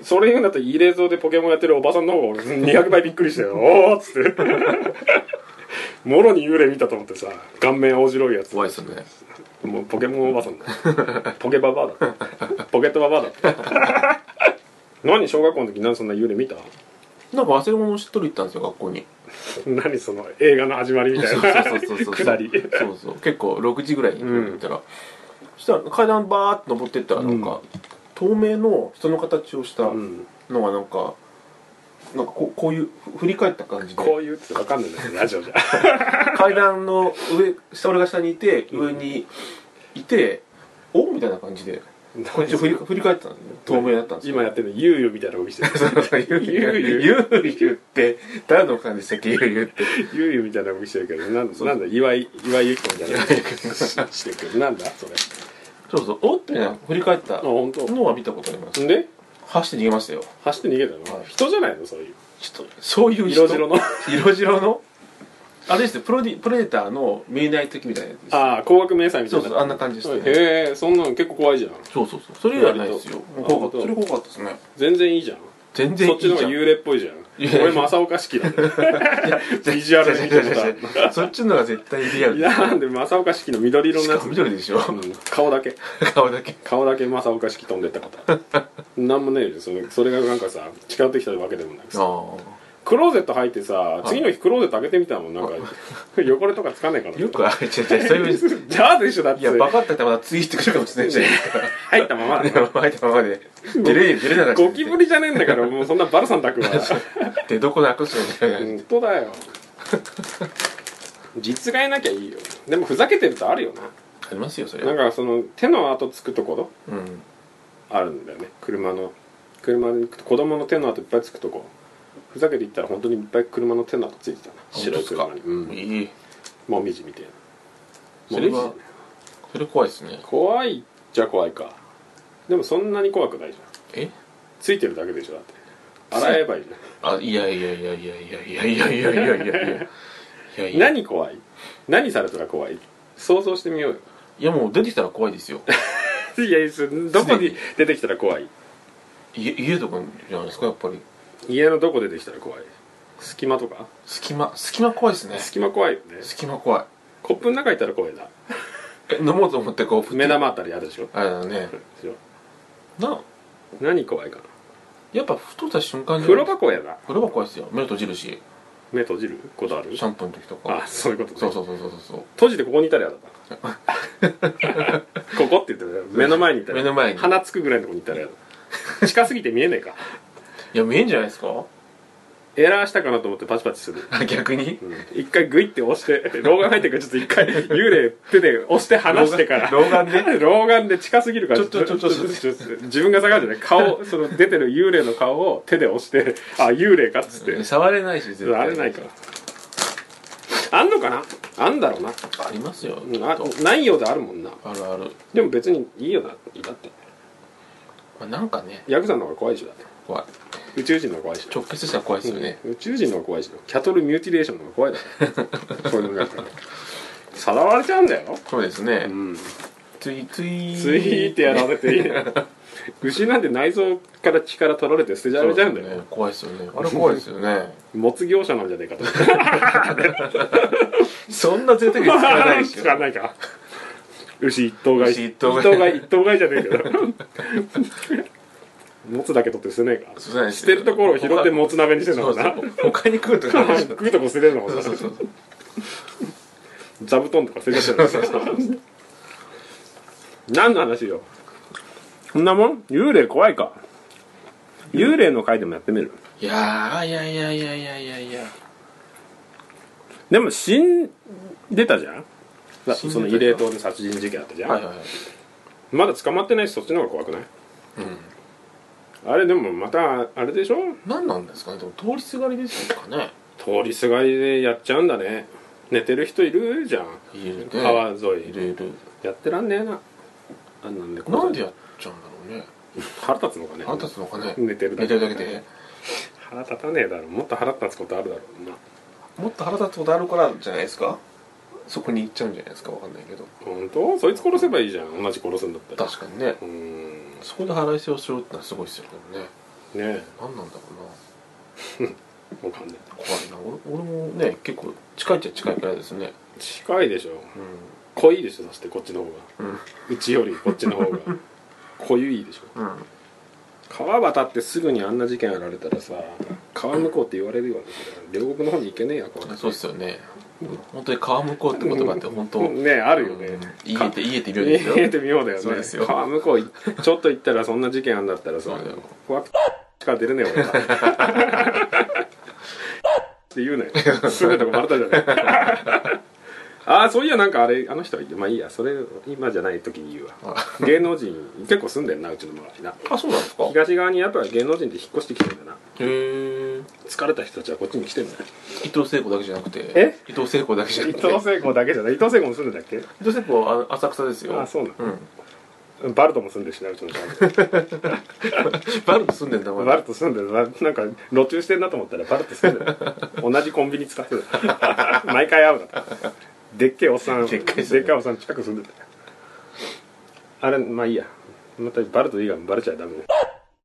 それ言うんだったら入れ蔵でポケモンやってるおばさんの方が俺200倍びっくりしたよおおっつって <laughs> もろに幽霊見たと思ってさ顔面青白いやつ怖いですよねもうポケモンおばさんだポケババアだったポケットババアだった <laughs> 何小学校の時何そんな幽霊見たなんか忘れ物をしっとり行ったんですよ学校に何その映画の始まりみたいなそうそうそうそうくだりそうそう結構6時ぐらいに行ったら、そしたら階段バーッと登ってったらなんか、透明の人の形をしたうんのがなんか、なんかこうこういうふ振り返った感じでこういうってわかんないんだよラジオじゃ階段の上下俺が下にいて上にいて、おみたいな感じでこっちを振り振り返ってたんですね透明だったんですよ今やってるのゆうゆうみたいな動きしてるゆうゆうゆうゆうって誰の感じでしたっけゆうゆうってゆうゆうみたいな動きしてるけどなんなんだ岩井岩井ゆき子みたいな動きしてるけどなんだそれそうそうおっみたいな振り返ったあ本当。のは見たことありますんで走って逃げましたよ走って逃げたの、はい人じゃないのそういうちょっとそういう人色白の色白のあれですよプロディプレデターの見えない敵みたいなやつですああ高額明細みたいなそうそうあんな感じですねへえそんなの結構怖いじゃんそうそうそうそれ以外はないですよ割と怖かったそれ怖かったですね全然いいじゃん全然いそっいちじゃのん方が幽霊っぽいじゃんいやいや俺も朝岡式だねビジュアルで見違うた違こうとあ違うる違うそっちの方が絶対リアルいでやなんで正岡式の緑色しのかやもつ、緑でしょうん顔だけ顔だけ顔だけ正岡式飛んでったことあるなんもねえよそれそれがなんかさ近寄ってきたわけでもなくあさあクローゼット入ってさ次の日クローゼット開けてみたもんなんか汚れとかつかねえからよくあれ違う違うそういうじゃあでしょだっいてやバカってたらまだツイしてくるかもし <laughs> れないじゃん入ったままだ名前たままで出れねえ出れなかったゴキブリじゃねえんだからもうそんなバルさん宅は出どこなくしちゃうみたいな本当 <laughs> だよ実害なきゃいいよでもふざけてるとあるよなありますよそれなんかその手の跡つくところうんあるんだよね車の車で行くと子供の手の跡いっぱいつくとこふざけて行ったら本当にいっぱい車の手の跡ついてたな白い車に、ううんん、いいもみじみたいなそれもみじはじゃないそれ怖いですね怖いじゃ怖いかでもそんなに怖くないじゃんえついてるだけでしょだって洗えばいいじあいやいやいやいやいやいやいやいやいやいやいやいやいゃんや何怖い何されたら怖い想像してみようよいやもう出てきたら怖いですよいやそれどこに出てきたら怖い家家とかじゃないですかやっぱり家のどこで出てきたら怖い隙間とか隙間隙間怖いですね隙間怖いよね隙間怖いコップの中いたら怖いなえ飲もうと思ってこう振って目玉あったら嫌でしょあれだねでしょな何怖いかやっぱふとした瞬間なに風呂場怖いやな風呂場怖いですよ目閉じるし目閉じることあるシャンプーの時とかあそういうことねそうそうそうそうそう閉じてここにいたら嫌だな <laughs> ここって言ってたよ目の前にいたら目の前に鼻つくぐらいのとこにいたら嫌だ近すぎて見えねえかいや見えんじゃないですかエラーしたかなと思ってパチパチするあ逆に一回グイって押して老眼入ってるからちょっと一回幽霊手で押して離してから老眼で <laughs> 老眼で近すぎるからちょちょちょちょちょちょちょ自分が下がるんじゃない顔その出てる幽霊の顔を手で押してあ幽霊かっつって触れないし絶対あれないからあんのかなあんだろうなありますようんあないようであるもんなあるある、でも別にいいよなだってまあ、なんかねヤクザの方が怖いでしょだって怖い宇宙人の方が怖いでしょ直結したら怖いですよね、宇宙人の方が怖いでしょキャトルミューティレーションの方が怖いだろこういうのなんかさらわれちゃうんだよそうですね、うんついついついってやられていい牛なんて内臓から力取られて捨てちゃわれちゃうんだよ、そうですね怖いですよねあれ怖いですよねもつ業者なんじゃねえかと <laughs> そんな贅沢に使わないでしょ使わないか牛一頭買い牛一頭買い一頭買い一頭買いじゃねえけどもつだけ取って捨てないかそうなんです捨よてるところを拾ってもつ鍋にしてるそのうかそなう他に来るとかそう食うとこ捨ててるのかなそうそう座布団とか捨てちゃってる何の話よそんなもん幽霊怖いか幽霊の回でもやってみるいやーいやいやいやいやいやいやでも死んでたじゃんさ死んでたよその慰霊島で殺人事件あったじゃん、はいはいはいまだ捕まってないしそっちの方が怖くないうんあれでもまたあれでしょ何なんですかねでも通りすがりですかね通りすがりでやっちゃうんだね寝てる人いるじゃんいるね川沿いいるいるやってらんねえなあなんでこれなんでやっちゃうんだろうね腹立つのかねあんたつのかね寝てる寝てるだけで腹立たねえだろもっと腹立つことあるだろうなもっと腹立つことあるからじゃないですかそこに行っちゃうんじゃないですかわかんないけど本当そいつ殺せばいいじゃん同じ殺すんだったら確かにねうーんねそこで話しをしろってのはすごいですよねえ何なんだろうなわかんない怖いな俺俺もね結構近いっちゃ近いくらいですね近いでしょう濃いでしょそしてこっちの方がんうんうちよりこっちの方が濃ゆいでしょうん川渡ってすぐにあんな事件やられたらさ川向こうって言われるよね両国の方に行けねえやこそうですよね本当に川向こうって言葉って本当ねえあるよね、うん言えて言えてるようですよ見えてみようだよねそうですよ川向こういちょっと行ったらそんな事件あんだったらさそうだよ怖くてしか出るねえ俺はって言うな <laughs> よすぐとこバレたじゃない <laughs> ああそういやなんかあれあの人いてまあいいやそれ今じゃない時に言うわあ芸能人結構住んでんなうちの周りなあそうなんですかへ東側にやっぱ芸能人って引っ越してきてんだなえ疲れた人たちはこっちに来てんだよ伊藤聖子だけじゃなくてえ伊藤聖子だけじゃな伊く藤て聖子だけじゃない伊藤聖子も住んでんだっ伊藤聖子はあ浅草ですけよあそうなうんのバルトも住んでるしなうちの周りバルト住んでんだまバルだト住んでるななんか路中してんなと思ったらバルト住んで <laughs> る同じコンビニ使ってる <laughs> 毎回会うなでっけえおっさんでっかいっすでねっかいおっさん近く住んでたあれまあいいやまたバルト以外もバレちゃダメだ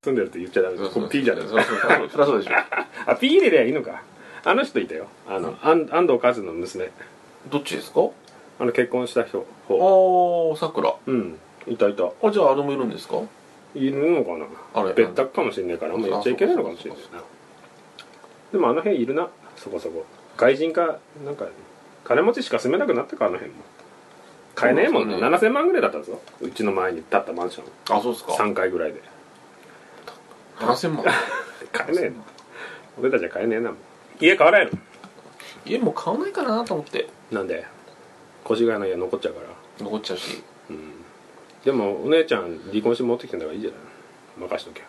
住んでるって言っちゃダメだこれ P じゃねえそうそうそうそりゃそうでしょあ P 入れりゃいいのかあの人いたよあの安安藤和の娘どっちですかあの結婚した人方ああさくらうんいたいたあじゃああれもいるんですかいるのかなあれ別宅かもしんないからあんま言っちゃいけないのかもしれないなでもあの辺いるなそこそこ外人かなんか金持ちしか住めなくなったかあの辺も買えねえもんねそうです7000万ぐらいだったぞうちの前に建ったマンションあそうですか3階ぐらいで7000万買えねえの俺たちは買えねえなもん家買わないの家もう買わないかなと思ってなんで越谷の家残っちゃうから残っちゃうしうんでもお姉ちゃん離婚して持ってきてんだからいいじゃない任しとけ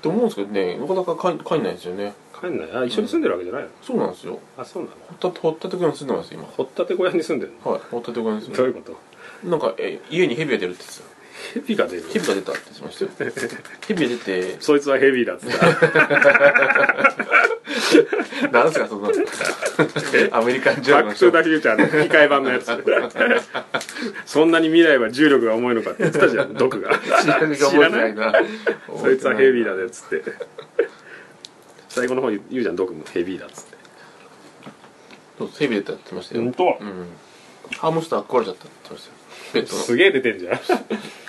と思うんですけどねなかなか帰帰んないんですよね帰んないあ一緒に住んでるわけじゃないの、そうなんですよあそうなのほったほったて小屋に住んでます今掘ったて小屋に住んでるはいほったて小屋にの住んどうでいうことなんかえ家に蛇が出るって言ってたヘビが出る蛇が出たって言ってましたよ蛇が出てそいつはヘビーだっつった。なんすかその <laughs> アメリカンジョーバクッのク人トゥーザフューチャーの吹き替え版のやつ。そんなに未来は重力が重いのかって言ってたじ <laughs> ゃん、毒が。知らないかもしれないな <laughs> そいつはヘビーだだねっつ <laughs> って。最後の方言うじゃん、毒もヘビーだっつって。そう蛇出たって言ってましたよ当うんハムスター壊れちゃったって言ってましたよベッすげえ出て <laughs> んじゃん。へ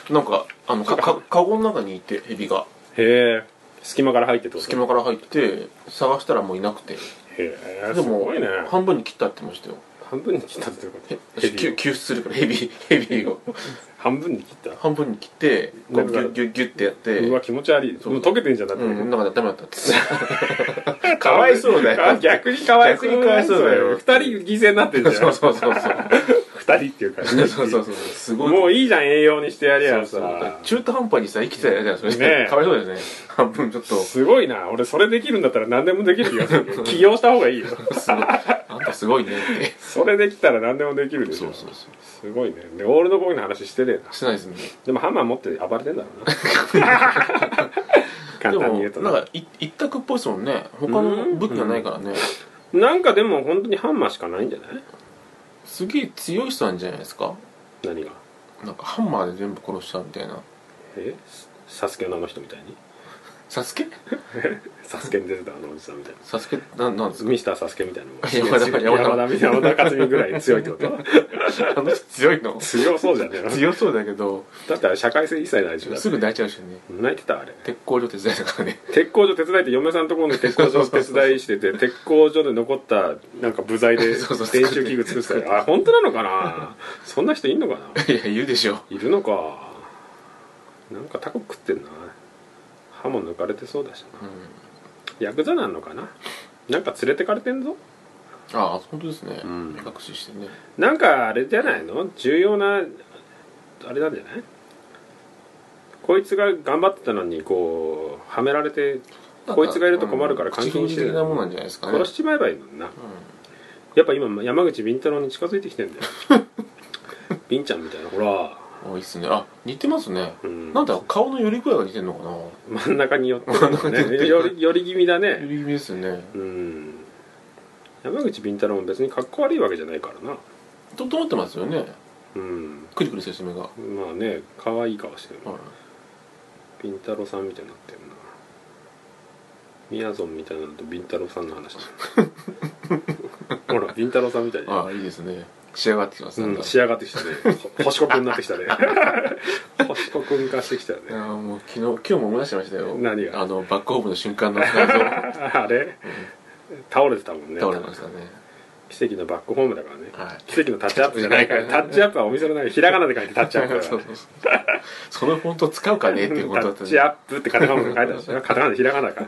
ドのなんかあのかかカゴの中にいて蛇がえ。隙間から入ってってこと隙間から入って探したらもういなくてへえ。ですもごいね。半分に切ったって言ってましたよ半分に切ったってことヘビ救ーを。救出するからヘビ <laughs> ヘビを半分に切った半分に切ってこうギュッギュッギュッってやってうわ、気持ち悪い。そうもう溶けてんじゃん、だって。うんなんかダメだったって <laughs> かわいそうだよ逆に <laughs> かわいそう逆にかわいそうだよ二人犠牲になってんじゃん。そうそうそう <laughs> そう二人っていうかそうそうそうすごいもういいじゃん栄養にしてやりゃそうさ中途半端にさ生きてたら嫌じゃないですかねえかわいそうだよね半分ちょっとすごいな俺それできるんだったら何でもできるよ <laughs> 起業した方がいいよあんたすごいねってそれできたら何でもできるでしそょうそうそうすごいねでオールドボーイの話してねえなしてないですねでもハンマー持って暴れてんだろうな <laughs> で簡単にも言なうんとなかい一択っぽいですもんね他の武器がないからねなんかでも本当にハンマーしかないんじゃないすげえ強い人なんじゃないですか何がなんかハンマーで全部殺しちゃうみたいなえサスケのあの人みたいにサスケサスケに出てたあのおじさんみたいサスケなんなんですなミスターサスケみたいなのが山田山田山田山田勝美ぐらい強いってこ <laughs> とかあの人強いの強そうじゃねえの強そうだけどだってあれ社会性一切ないでしょだってすぐ泣いちゃうしね泣いてたあれ鉄工所手伝いだからね鉄工所手伝いって嫁さんとこの鉄工所手伝いしてて鉄工所で残ったなんか部材で練そうそう習器具作ってたよあ本当なのかなそんな人いんのかないや言うでしょいるのかなんかタコ食ってんな歯も抜かれてそうだしなヤクザなんのかななんか連れてかれてんぞああ本当ですね、うん目隠ししてねなんかあれじゃないの重要なあれなんじゃないこいつが頑張ってたのにこうはめられてこいつがいると困るから監禁して口的なもんなんじゃないですかね殺しちまえばいいのにな、やっぱ今山口敏太郎に近づいてきて <laughs> んだよ敏ちゃんみたいなほら、うん、あいいっすねあ似てますね、うんなんだ顔の寄り具合が似てんのか真ん中に寄ってるのねよりより気味だな寄ねり気味ですよねうん山口敏太郎も別にかっこ悪いわけじゃないからなと整ってますよねうんくりくり説明が、まあね可愛い顔してるなはい敏太郎さんみたいになってるなみやぞんみたいなのと敏太郎さんの話 <laughs> ほら敏太郎さんみたいにああいいですね仕上がってきますなんうか、ん、仕上がってきたねほ星子くんになって <laughs> きたね星子くん化してきたねああもう昨日今日も思い出してましたよ何があのバックホームの瞬間の画像あれ倒れてたもんね倒れましたね奇跡のバックホームだからね、はい奇跡のタッチアップじゃないからタッチアップはお店の中にひらがなで書いてタッチアップだか <laughs> そらうそうそうそのフォント使うかねっていうこタとだっッたチアップってカタカナで書いてあるでしょカタカナでひらがなか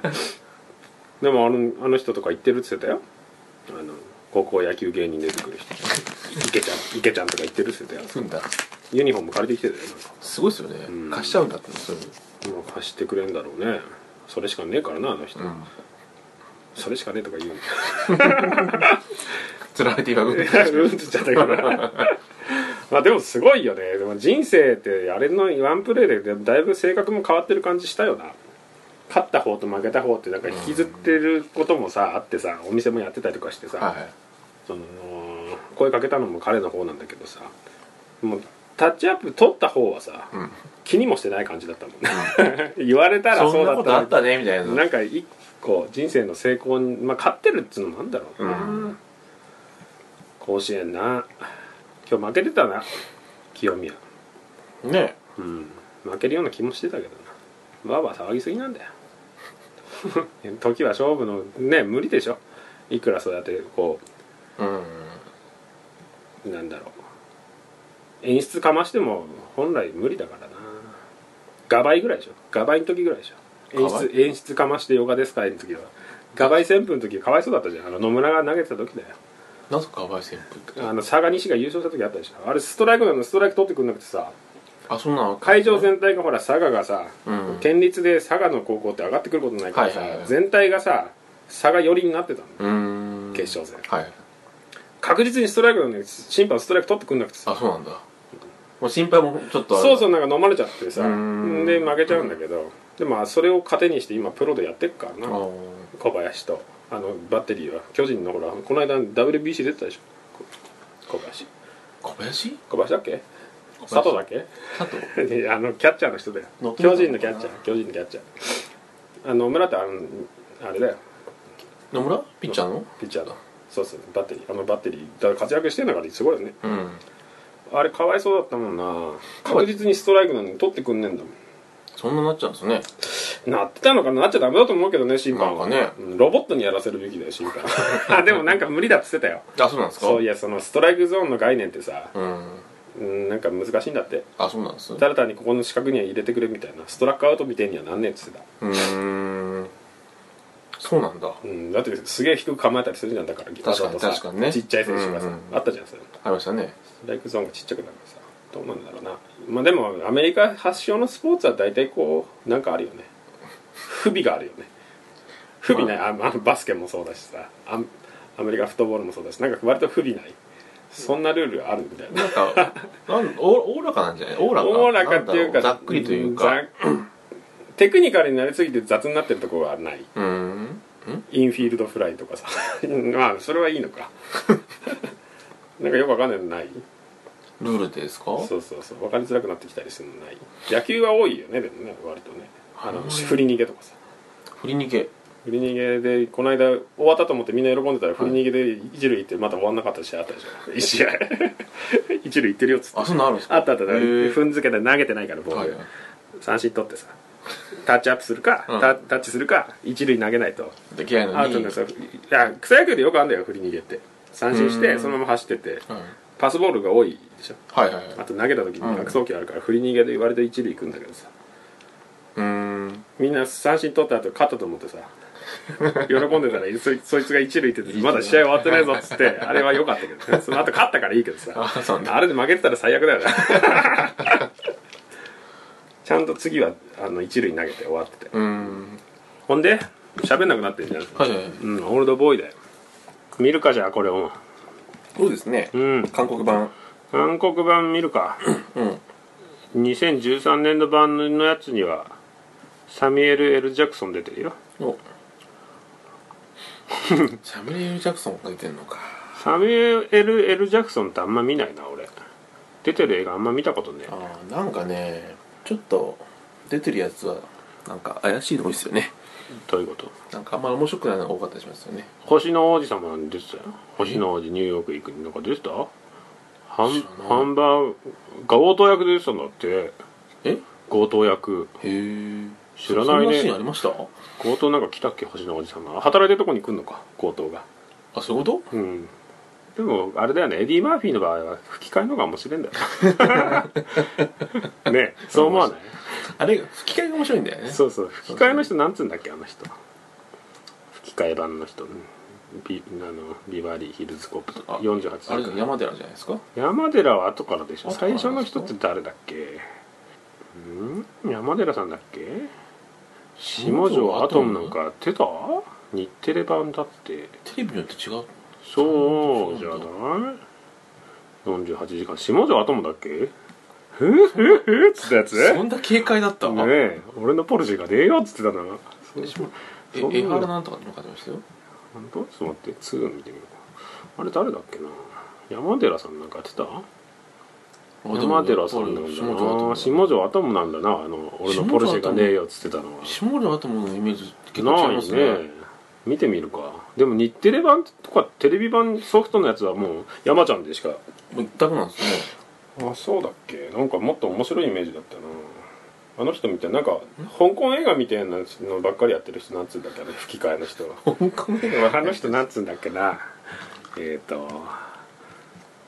でもあのあの人とか言ってるって言ってたよあの高校野球芸人出てくる人池ちゃん池ちゃんとか言ってるって言ってたよすんだユニフォーム借りてきてたよなんかすごいですよね、うん貸しちゃうんだってそういうもう貸してくれんだろうねそれしかねえからなあの人、うんそれしかねえとか言うの <laughs> つられて今ぐらいうんって言っちゃったけどまあでもすごいよねでも人生ってあれのワンプレーでだいぶ性格も変わってる感じしたよな勝った方と負けた方ってなんか引きずってることもさあってさお店もやってたりとかしてさ、はその声かけたのも彼の方なんだけどさもうタッチアップ取った方はさ、い、うん、気にもしてない感じだったもんね <laughs> 言われたらそそんうなだこっとたあったねみたいななんか一個人生の成功に、まあ、勝ってるっつうのもあんだろうな、うん甲子園な今日負けてたな清宮ねうん負けるような気もしてたけどなわーわー騒ぎすぎなんだよ <laughs> 時は勝負のね無理でしょいくらそうやってこうんうなんだろう演出かましても本来無理だからなガバイぐらいでしょガバイの時ぐらいでしょ演ガバ出演出かましてヨガですかいの時はガバイ旋風の時かわいそうだったじゃんあの野村が投げてた時だよなぜかバイ旋風ってあの佐賀西が優勝した時あったでしょあれストライクなのストライク取ってくんなくてさあそんなの会場全体がほら佐賀がさ、うん県立で佐賀の高校って上がってくることないからさ、はいはいはい全体がさ佐賀寄りになってたのうーん決勝戦はい確実にストライクなのに審判ストライク取ってくんなくてさあそうなんだもう心配もちょっとあるそうそうなんか飲まれちゃってさうーんで負けちゃうんだけど、でもまあそれを糧にして今プロでやってくからあな小林とあのバッテリーは巨人のほらこの間 WBC 出てたでしょこ小林小林小林だっけ林佐藤だっけ佐藤で <laughs> あのキャッチャーの人だよ乗ってた巨のかな人のキャッチャー巨人のキャッチャーあの野村ってあのあれだよ野村ピッチャーのピッチャーのそうそうバッテリーあのバッテリーだから活躍してんだからすごいよねうんあれかわいそうだったもんな確実にストライクなのに取ってくんねえんだもんそんななっちゃうんですねなってたのかななっちゃダメだと思うけどね審判はなんかうんロボットにやらせるべきだよ審 <laughs> 判あでもなんか無理だって言ってたよあそうなんですかそういやそのストライクゾーンの概念ってさ、うんうん、なんか難しいんだってあそうなんですうただ単にここの四角には入れてくれみたいなストラックアウトみたいにはなんねえって言ってたーんそうなんだうん、だってすげえ低く構えたりするじゃんだから確かに確かにねちっちゃい選手がさ、うんうんあったじゃんそれありましたねストライクゾーンがちっちゃくなるからさどうなんだろうなまあでもアメリカ発祥のスポーツは大体こうなんかあるよね不備があるよね不備ない、あまあ、バスケもそうだしさアアメリカフットボールもそうだしなんか割と不備ないそんなルールあるみたいななんかなんおおおらかなんじゃないおおらかおおらかっていうなかんだろざっくりというかざテクニカルになりすぎて雑になってるところはないうんんインフィールドフライとかさ <laughs> まあそれはいいのか <laughs> なんかよくわかんないのないルールですかそうそうそう分かりづらくなってきたりするのない野球は多いよねでもね割とねあのうん振り逃げとかさ振り逃げ振り逃げでこの間終わったと思ってみんな喜んでたら振り逃げで一塁行ってまた終わんなかった試合あったでしょ一試合 <laughs> 一塁行ってるよっつってあそんなんあるんですかあったあったへー踏んづけて投げてないからボール、はい三振取ってさタッチアップするか、うんタタッチするか一塁投げないとできないアのウトにになるさいや草野球でよくあるんだよ振り逃げって三振しうてんそのまま走っててうんパスボールが多いでしょはいはいはいうあと投げた時にうん悪送球あるから振り逃げで割と一塁行くんだけどさーんみんな三振取った後勝ったと <laughs> 思ってさ喜んでたらそいそいつが一塁行っててまだ試合終わってないぞっつってあれは良かったけど <laughs> ねその後勝ったからいいけどさあそうなんだあれで負けてたら最悪だよねちゃんと次はあの一塁投げて終わっててうーんほんで喋んなくなってんじゃんはいはいはいうんオールドボーイだよ見るかじゃあこれをそうですねうん韓国版韓国版見るかうん2013年度版のやつにはサミュエル・ L ・ジャクソン出てるよ <laughs> おサムエル・ジャクソンが出てんのかサミュエル・ L ・ジャクソンってあんま見ないな俺出てる映画あんま見たことねえあーなんかねちょっと出てるやつはなんか怪しいの多いですよねどういうことなんかあんま面白くないのが多かったりしますよね星の王子様に出てたよ星の王子ニューヨーク行くになんか出てたハン知らないハンバーグ強盗役で出てたんだってえ強盗役へえ知らないそんねなシーンありました強盗なんか来たっけ星の王子様働いてるとこに来んのか強盗があそういうこうんでもあれだよねエディ・マーフィーの場合は吹き替えの方が面白いんだ <laughs> よねそう思わないと <laughs> あれ吹き替えが面白いんだよねそうそう吹き替えの人なんつうんだっけあの人吹き替え版の人ビあのビバリーヒルズコップとかあ48あれ歳山寺じゃないですか山寺は後からでしょ後から最なんです初かの人って誰だっけうん山寺さんだっけ下条アトムなんかやってた日テレ版だってテレビによって違うそうじゃない48時間下条アトムだっけふうふうふうっつったやつそんな警戒だったねえ俺のポルシェが出ようっつってたなそう私もえそんなの江原なんとかっての書いてましたよ本当ちょっと待って2見てみようかあれ誰だっけな山寺さんなんかやってた山寺さんなんだ下な城下条アトムなんだなあの俺のポルシェがねえよっつってたのは下城アトムのイメージ結構な違いまいすねね見てみるかでも日テレ版とかテレビ版ソフトのやつはもう山ちゃんでしかもう一択なんですねあそうだっけなんかもっと面白いイメージだったなあの人みたいなんか香港映画みたいなのばっかりやってる人なんつうんだっけあの吹き替えの人香港映あの人なんつうんだっけなえっ、と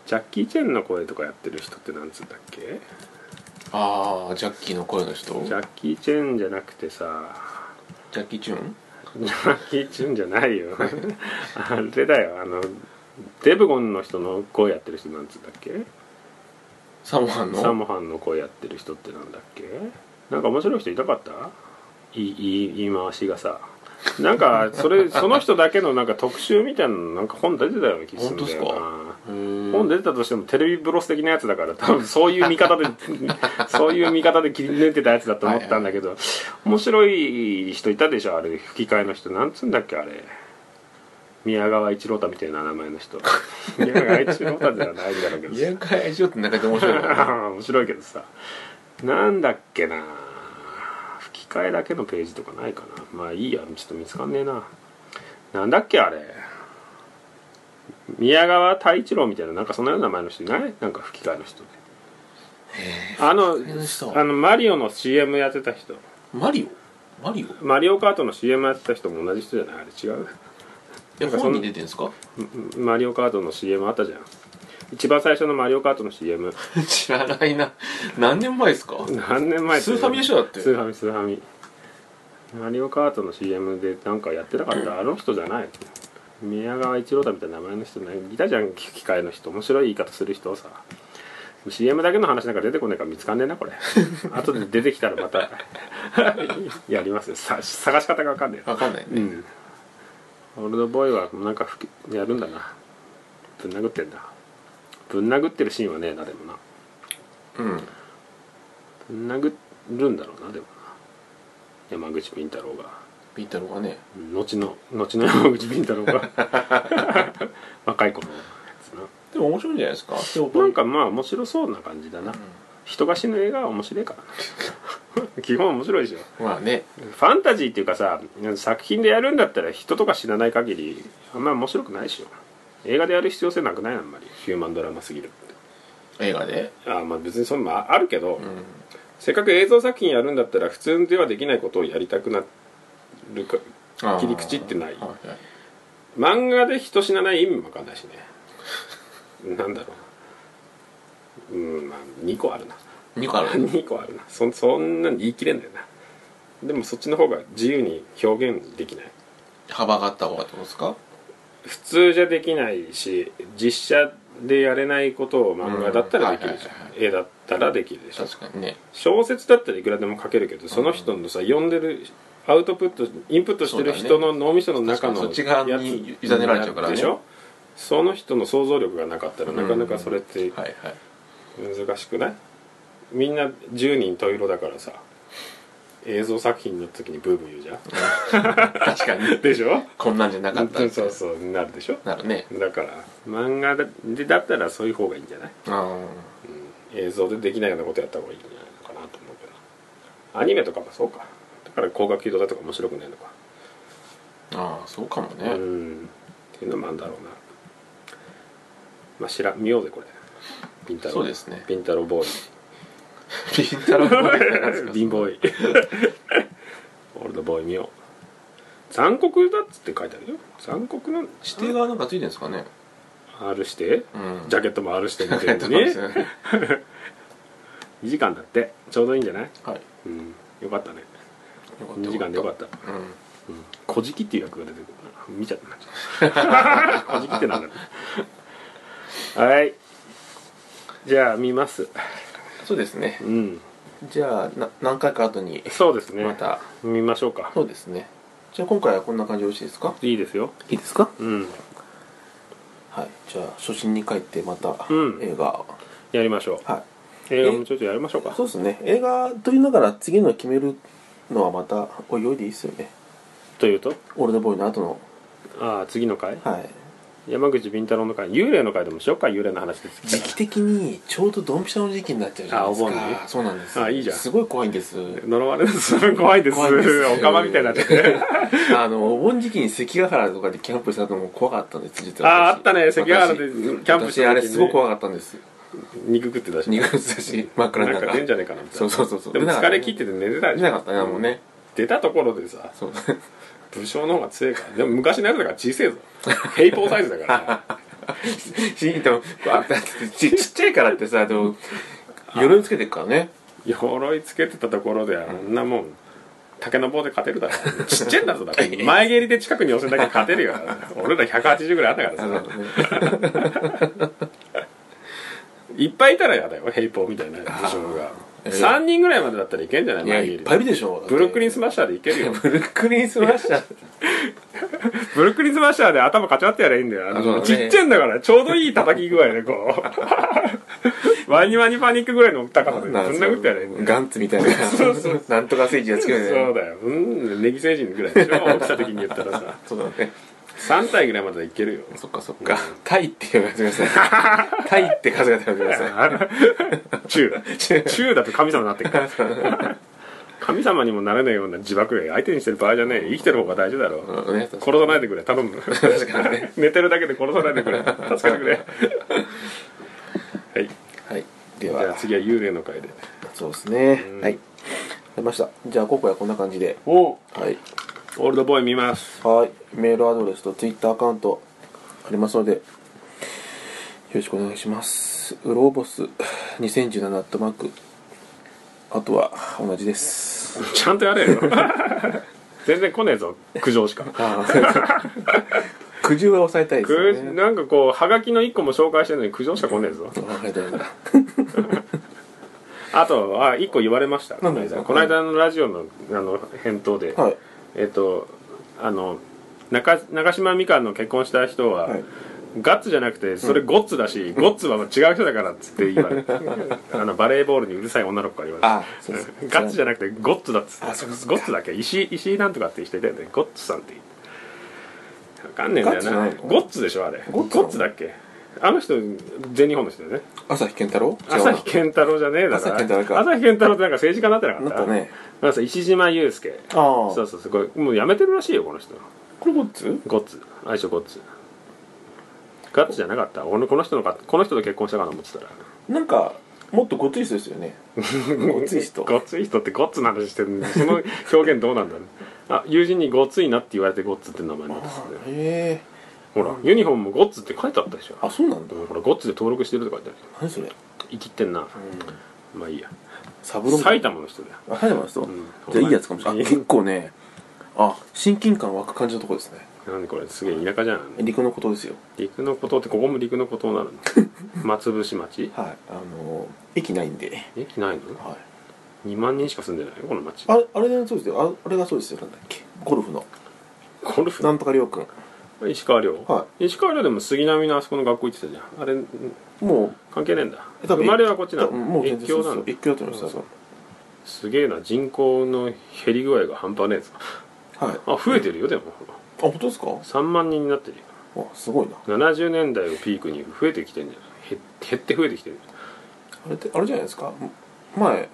ジャッキー・チェンの声とかやってる人ってなんつうんだっけああジャッキーの声の人ジジャャッキー・チェンじゃなくてさッキーチューンジャッキー・チェンじゃないよあれだよあのデブゴンの人の声やってる人なんつうんだっけサモハンのサモハンの声やってる人ってなんだっけなんか面白い人いなかったいいいい言い回しがさなんか <laughs> それその人だけのなんか特集みたいなのなんか本出てたような気するんだよ本なへー本出てたとしてもテレビブロス的なやつだから多分そういう見方でそういう見方で切り抜いてたやつだと思ったんだけど、面白い人いたでしょあれ吹き替えの人なんつうんだっけあれ宮川一郎太みたいな名前の人宮川一郎太じゃないんだろうけどいやかいしようってなかなか面白いからね <laughs> 面白いけどさなんだっけな吹き替えだけのページとかないかなまあいいやちょっと見つかんねえななんだっけあれ宮川太一郎みたいななんかそんなような名前の人いないなんか吹き替えの人であの替えの人あのマリオの CM やってた人マリオマリオマリオカートの CM やってた人も同じ人じゃないあれ違うえかそん本に出てんですかんマリオカートの CM あったじゃん一番最初のマリオカートの CM 知らないな何年前ですか何年前ってスーファミでしょだってスーファミスーファミマリオカートの CM でなんかやってなかったあの人じゃない宮川一郎太みたいな名前の人ねいたじゃん機械の人面白い言い方する人さ CM だけの話なんか出てこねえから見つかんねえな <laughs> これ後で出てきたらまたやりますよさ探し方が分かんねえわかんないねうんオールドボーイはなんか吹きやるんだなぶん殴ってんだぶん殴ってるシーンはねえなでもなうん殴るんだろうなでもな山口敏太郎がピータローがね後の後の山口敏太郎 <laughs> が若い頃のやつなでも面白いんじゃないですかなんかまあ面白そうな感じだな、人が死ぬ映画は面白いから <laughs> 基本面白いでしょまあねファンタジーっていうかさ作品でやるんだったら人とか死なない限りあんま面白くないでしょ映画でやる必要性なくないあんまりヒューマンドラマすぎるって映画であまあ別にそんなのああるけど、せっかく映像作品やるんだったら普通ではできないことをやりたくなるかあー切り口ってないはいはい漫画で人死なない意味もわかんないしねなんだろううんまあ2個あるな二個ある2個あるなそそんなん言い切れんだよなでもそっちの方が自由に表現できない幅があった方がってことですか普通じゃできないし実写でやれないことを漫画だったらできるじゃんうんはい、絵だったらできるでしょ確かにね小説だったらいくらでも書けるけどその人のさ読んでるアウトプットインプットしてる人の脳みその中のそっち側に委ねられちゃうからねでしょその人の想像力がなかったらなかなかそれってはいはい難しくないみんな10人十色だからさ映像作品の時にブーブー言うじゃん確か <laughs> にでしょこんなんじゃなかったってそうそうなるでしょなるねだから漫画でだったらそういう方がいいんじゃないあ映像でできないようなことやった方がいいんじゃないのかなと思うけどアニメとかもそうかだから高額軌道だとか面白くないのか、ーあーそうかもうねんっていうのもあるんだろうなまあ知ら見ようぜこれピンタロそうですねピンタロボーイピンタロボーイってなんですか貧乏い <laughs> オールドボーイ見よう残酷だっつって書いてあるよ残酷な指定がなんかついてるんですかね R しうて、んジャケットも R して見てるのにそうです2よね時間だってちょうどいいんじゃない、はいうん、よかったねよかった2時間でよかったたうん「こじき」っていう役が出てくるな見ちゃったな「こじき」ってなんだろうはいじゃあ見ますそうですねうんじゃあな何回か後にそうですねまた見ましょうかそうですねじゃあ今回はこんな感じでよろしいですかいいですよいいですかうんはいじゃあ初心に帰ってまたうん映画をやりましょはう映画もちょっとやりましょういかそうですね映画撮りながら次の決めるのはまたおいおいでいいですよねというとオールドボーイの後のああ次の回はい山口敏太郎の回幽霊の回でもしようか幽霊の話です時期的にちょうどドンピシャの時期になっちゃうじゃないですかあお盆にそうなんですあいいじゃんすごい怖いんです <laughs> 呪われです怖いです怖いですおかまみたいになって <laughs> てあのお盆時期に関ヶ原とかでキャンプしたのも怖かったんです実あはああったね関ヶ原でキャンプした時私にあれすごい怖かったんです肉食ってたし苦手だし真っ暗のなん中か出んじゃねえかなみたいそうなそうそうそうでも疲れ切っててて寝てたで出しょなかったねもうね出たところでさそう武将の方が強いからでも昔のやつだから小せえぞ平方サイズだ <laughs> からねシーンとバーってなっててちちっちゃいからってさでも鎧つけてるからね鎧つけてたところであんなもん竹の棒で勝てるだろちっちゃいんだぞだから前蹴りで近くに寄せだけ勝てるよ俺ら180ぐらいあったあからのさねいっぱいいたらやだよ平方みたいな武将がー3人ぐらいまでだったらいけんじゃないいや前蹴いっりぱいいるでしょブルックリンススマッシャーでいけるよブルックリンスマッシャーブルックリンスマッシャーで頭カチャってやればいいんだよああそうのだねちっちゃいんだからちょうどいい叩き具合でこうワニワニパニックぐらいの高さでぶんなんですよ殴ってやればいいんだよガンツみたいななんとか聖地がつけるそうねだようんネギ星人ぐら <laughs> いでしょ大きさ的に言ったらさそうだね3体ぐらいまでいけるよそっかそっかタイって言われてくださいタイって数が出てくださ中中だと神様になってくから神様にもなれないような自爆兵相手にしてる場合じゃねえ生きてる方が大事だろ、いうんね殺さないでくれ頼む確かにね <laughs> 寝てるだけで殺さないでくれ助けてく <laughs> れはいはいでじゃあは次は幽霊の回でそうですねはい出ましたじゃあ今回はこんな感じでおはいオールドボーイ見ますはい、メールアドレスとツイッターアカウントありますので、よろしくお願いします。うろうぼす2017アットマーク。あとは同じです。ちゃんとやれよ <laughs> 全然来ねえぞ苦情しか苦渋は抑えたいですくよね。なんかこうはがきの1個も紹介してるのに苦情しか来ねえぞありがとうございます <laughs> あとあ1個言われましたこ何のです間かこの間のラジオのあの返答で、はい。えっ、とあの中中島みかんの結婚した人は、はいガッツじゃなくてそれゴッツだし、ゴッツは違う人だからっつって言わ <laughs> れてあのバレーボールにうるさい女の子から言われてあ、そうです。ガッツじゃゃなくてゴッツだっつってあそうですゴッツだっけ石井石井なんとかっていう人いたよねゴッツさんってわかんねえんだガッよツじゃなないのゴッツでしょあれゴゴッッツなのツだっけあの人全日本の人だよね朝日健太郎違う朝な日健太郎じゃねえだろ朝日健太郎か朝日健太郎ってなんか政治家になってなかなったんかねなんかさ石島祐介ああそうそうそうこれもうやめてるらしいよこの人これゴッツゴッツ相性ゴッツガッツじゃなかった俺この人のかこの人と結婚したかな思ってたらなんかもっとごつい人ですよねごつい <laughs> 人ごつい人ってゴッツの話してるのにその表現どうなんだろうあ友人にごついなって言われてゴッツって名前になってたんだよへえほらユニフォームもゴッツって書いてあったでしょあそうなんだうんほらゴッツで登録してるって書いてある何それ、うん、生きってんなまあいいやサブロン埼玉の人だよあ埼玉の人、んじゃあいいやつかもしれないいあ結構ねあ親近感湧く感じのとこですねなんでこれすげえ田舎じゃん陸のことですよ陸のことってここも陸のことにな <laughs> るの松伏町はいあの駅ないんで、駅ないのはい、 2万人しか住んでないよこの町あれあれでそうですよああれがそうですよなんだっけゴルフのゴルフなんとか亮君石川遼、は石川遼でも杉並のあそこの学校行ってたじゃんあれんもう関係ねえんだえ多生分まれはこっちなのうんもう全越然境そうそなのう越境だと思いますそうすげえな人口の減り具合が半端ねえぞはいああ増えてるよでも本当ですか3万人になってるよあすごいな70年代をピークに増えてきてんじゃんへ減って増えてきてるあれってあれじゃないですか前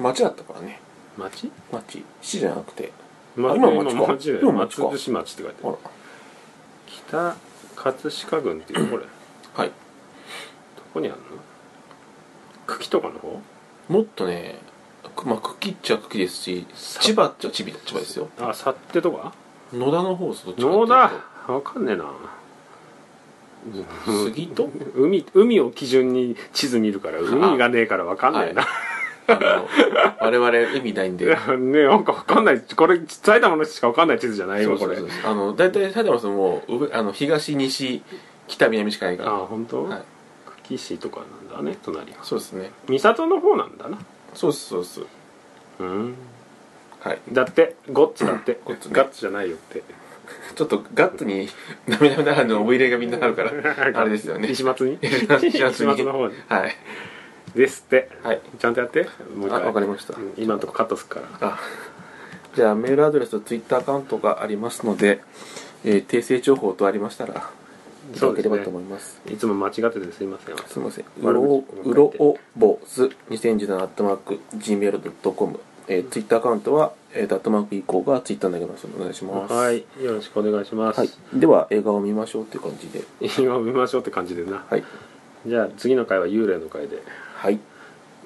町だったからね町、町市じゃなくてま、今町か今町だよ今町松か伏町って書いてあほる北葛飾郡っていうのこれどらはいこにあるの茎とかの方もっとねくまあ茎っちゃ茎ですしさ千葉っちゃ千葉千葉ですよあさってとか野田の方そっちかっていうと野田わかんねえな杉と海海を基準に地図見るから海がねえからわかんないな、あ <laughs> の我々意味ないんでねなんかわかんないこれ埼玉の人しかわかんない地図じゃないそようこそうれそうあの大体埼玉さんもう上あの東西北南しかないからあ本当、はい久喜市とかなんだね隣がそうですね三郷の方なんだなそうですそうですうんはいだってゴッツだってゴッツねガッツじゃないよってちょっとガッツに <laughs> ダメダメならのお入れがみんなあるから <laughs> あれですよね石松に <laughs> 石松に石松の方にはいですってはいちゃんとやってもう一あ回わかりましたうん今のとこカットするからあじゃあメールアドレスとツイッターアカウントがありますので、えー訂正情報とありましたらいただければと思いますいつも間違っててすいませんすみません。う悪ろ口うろおぼず2017アットマーク gmail.com、えー、ツイッターアカウントは、えー、ダットマーク以降がツイッターになりますのでお願いします。はいよろしくお願いします、はい。では映画を見ましょうという感じで。今見ましょうって感じでなはい。じゃあ次の回は幽霊の回ではい。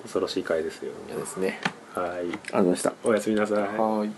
恐ろしい回ですよじゃあですね。ありはいがとうございました。おやすみなさいはーい。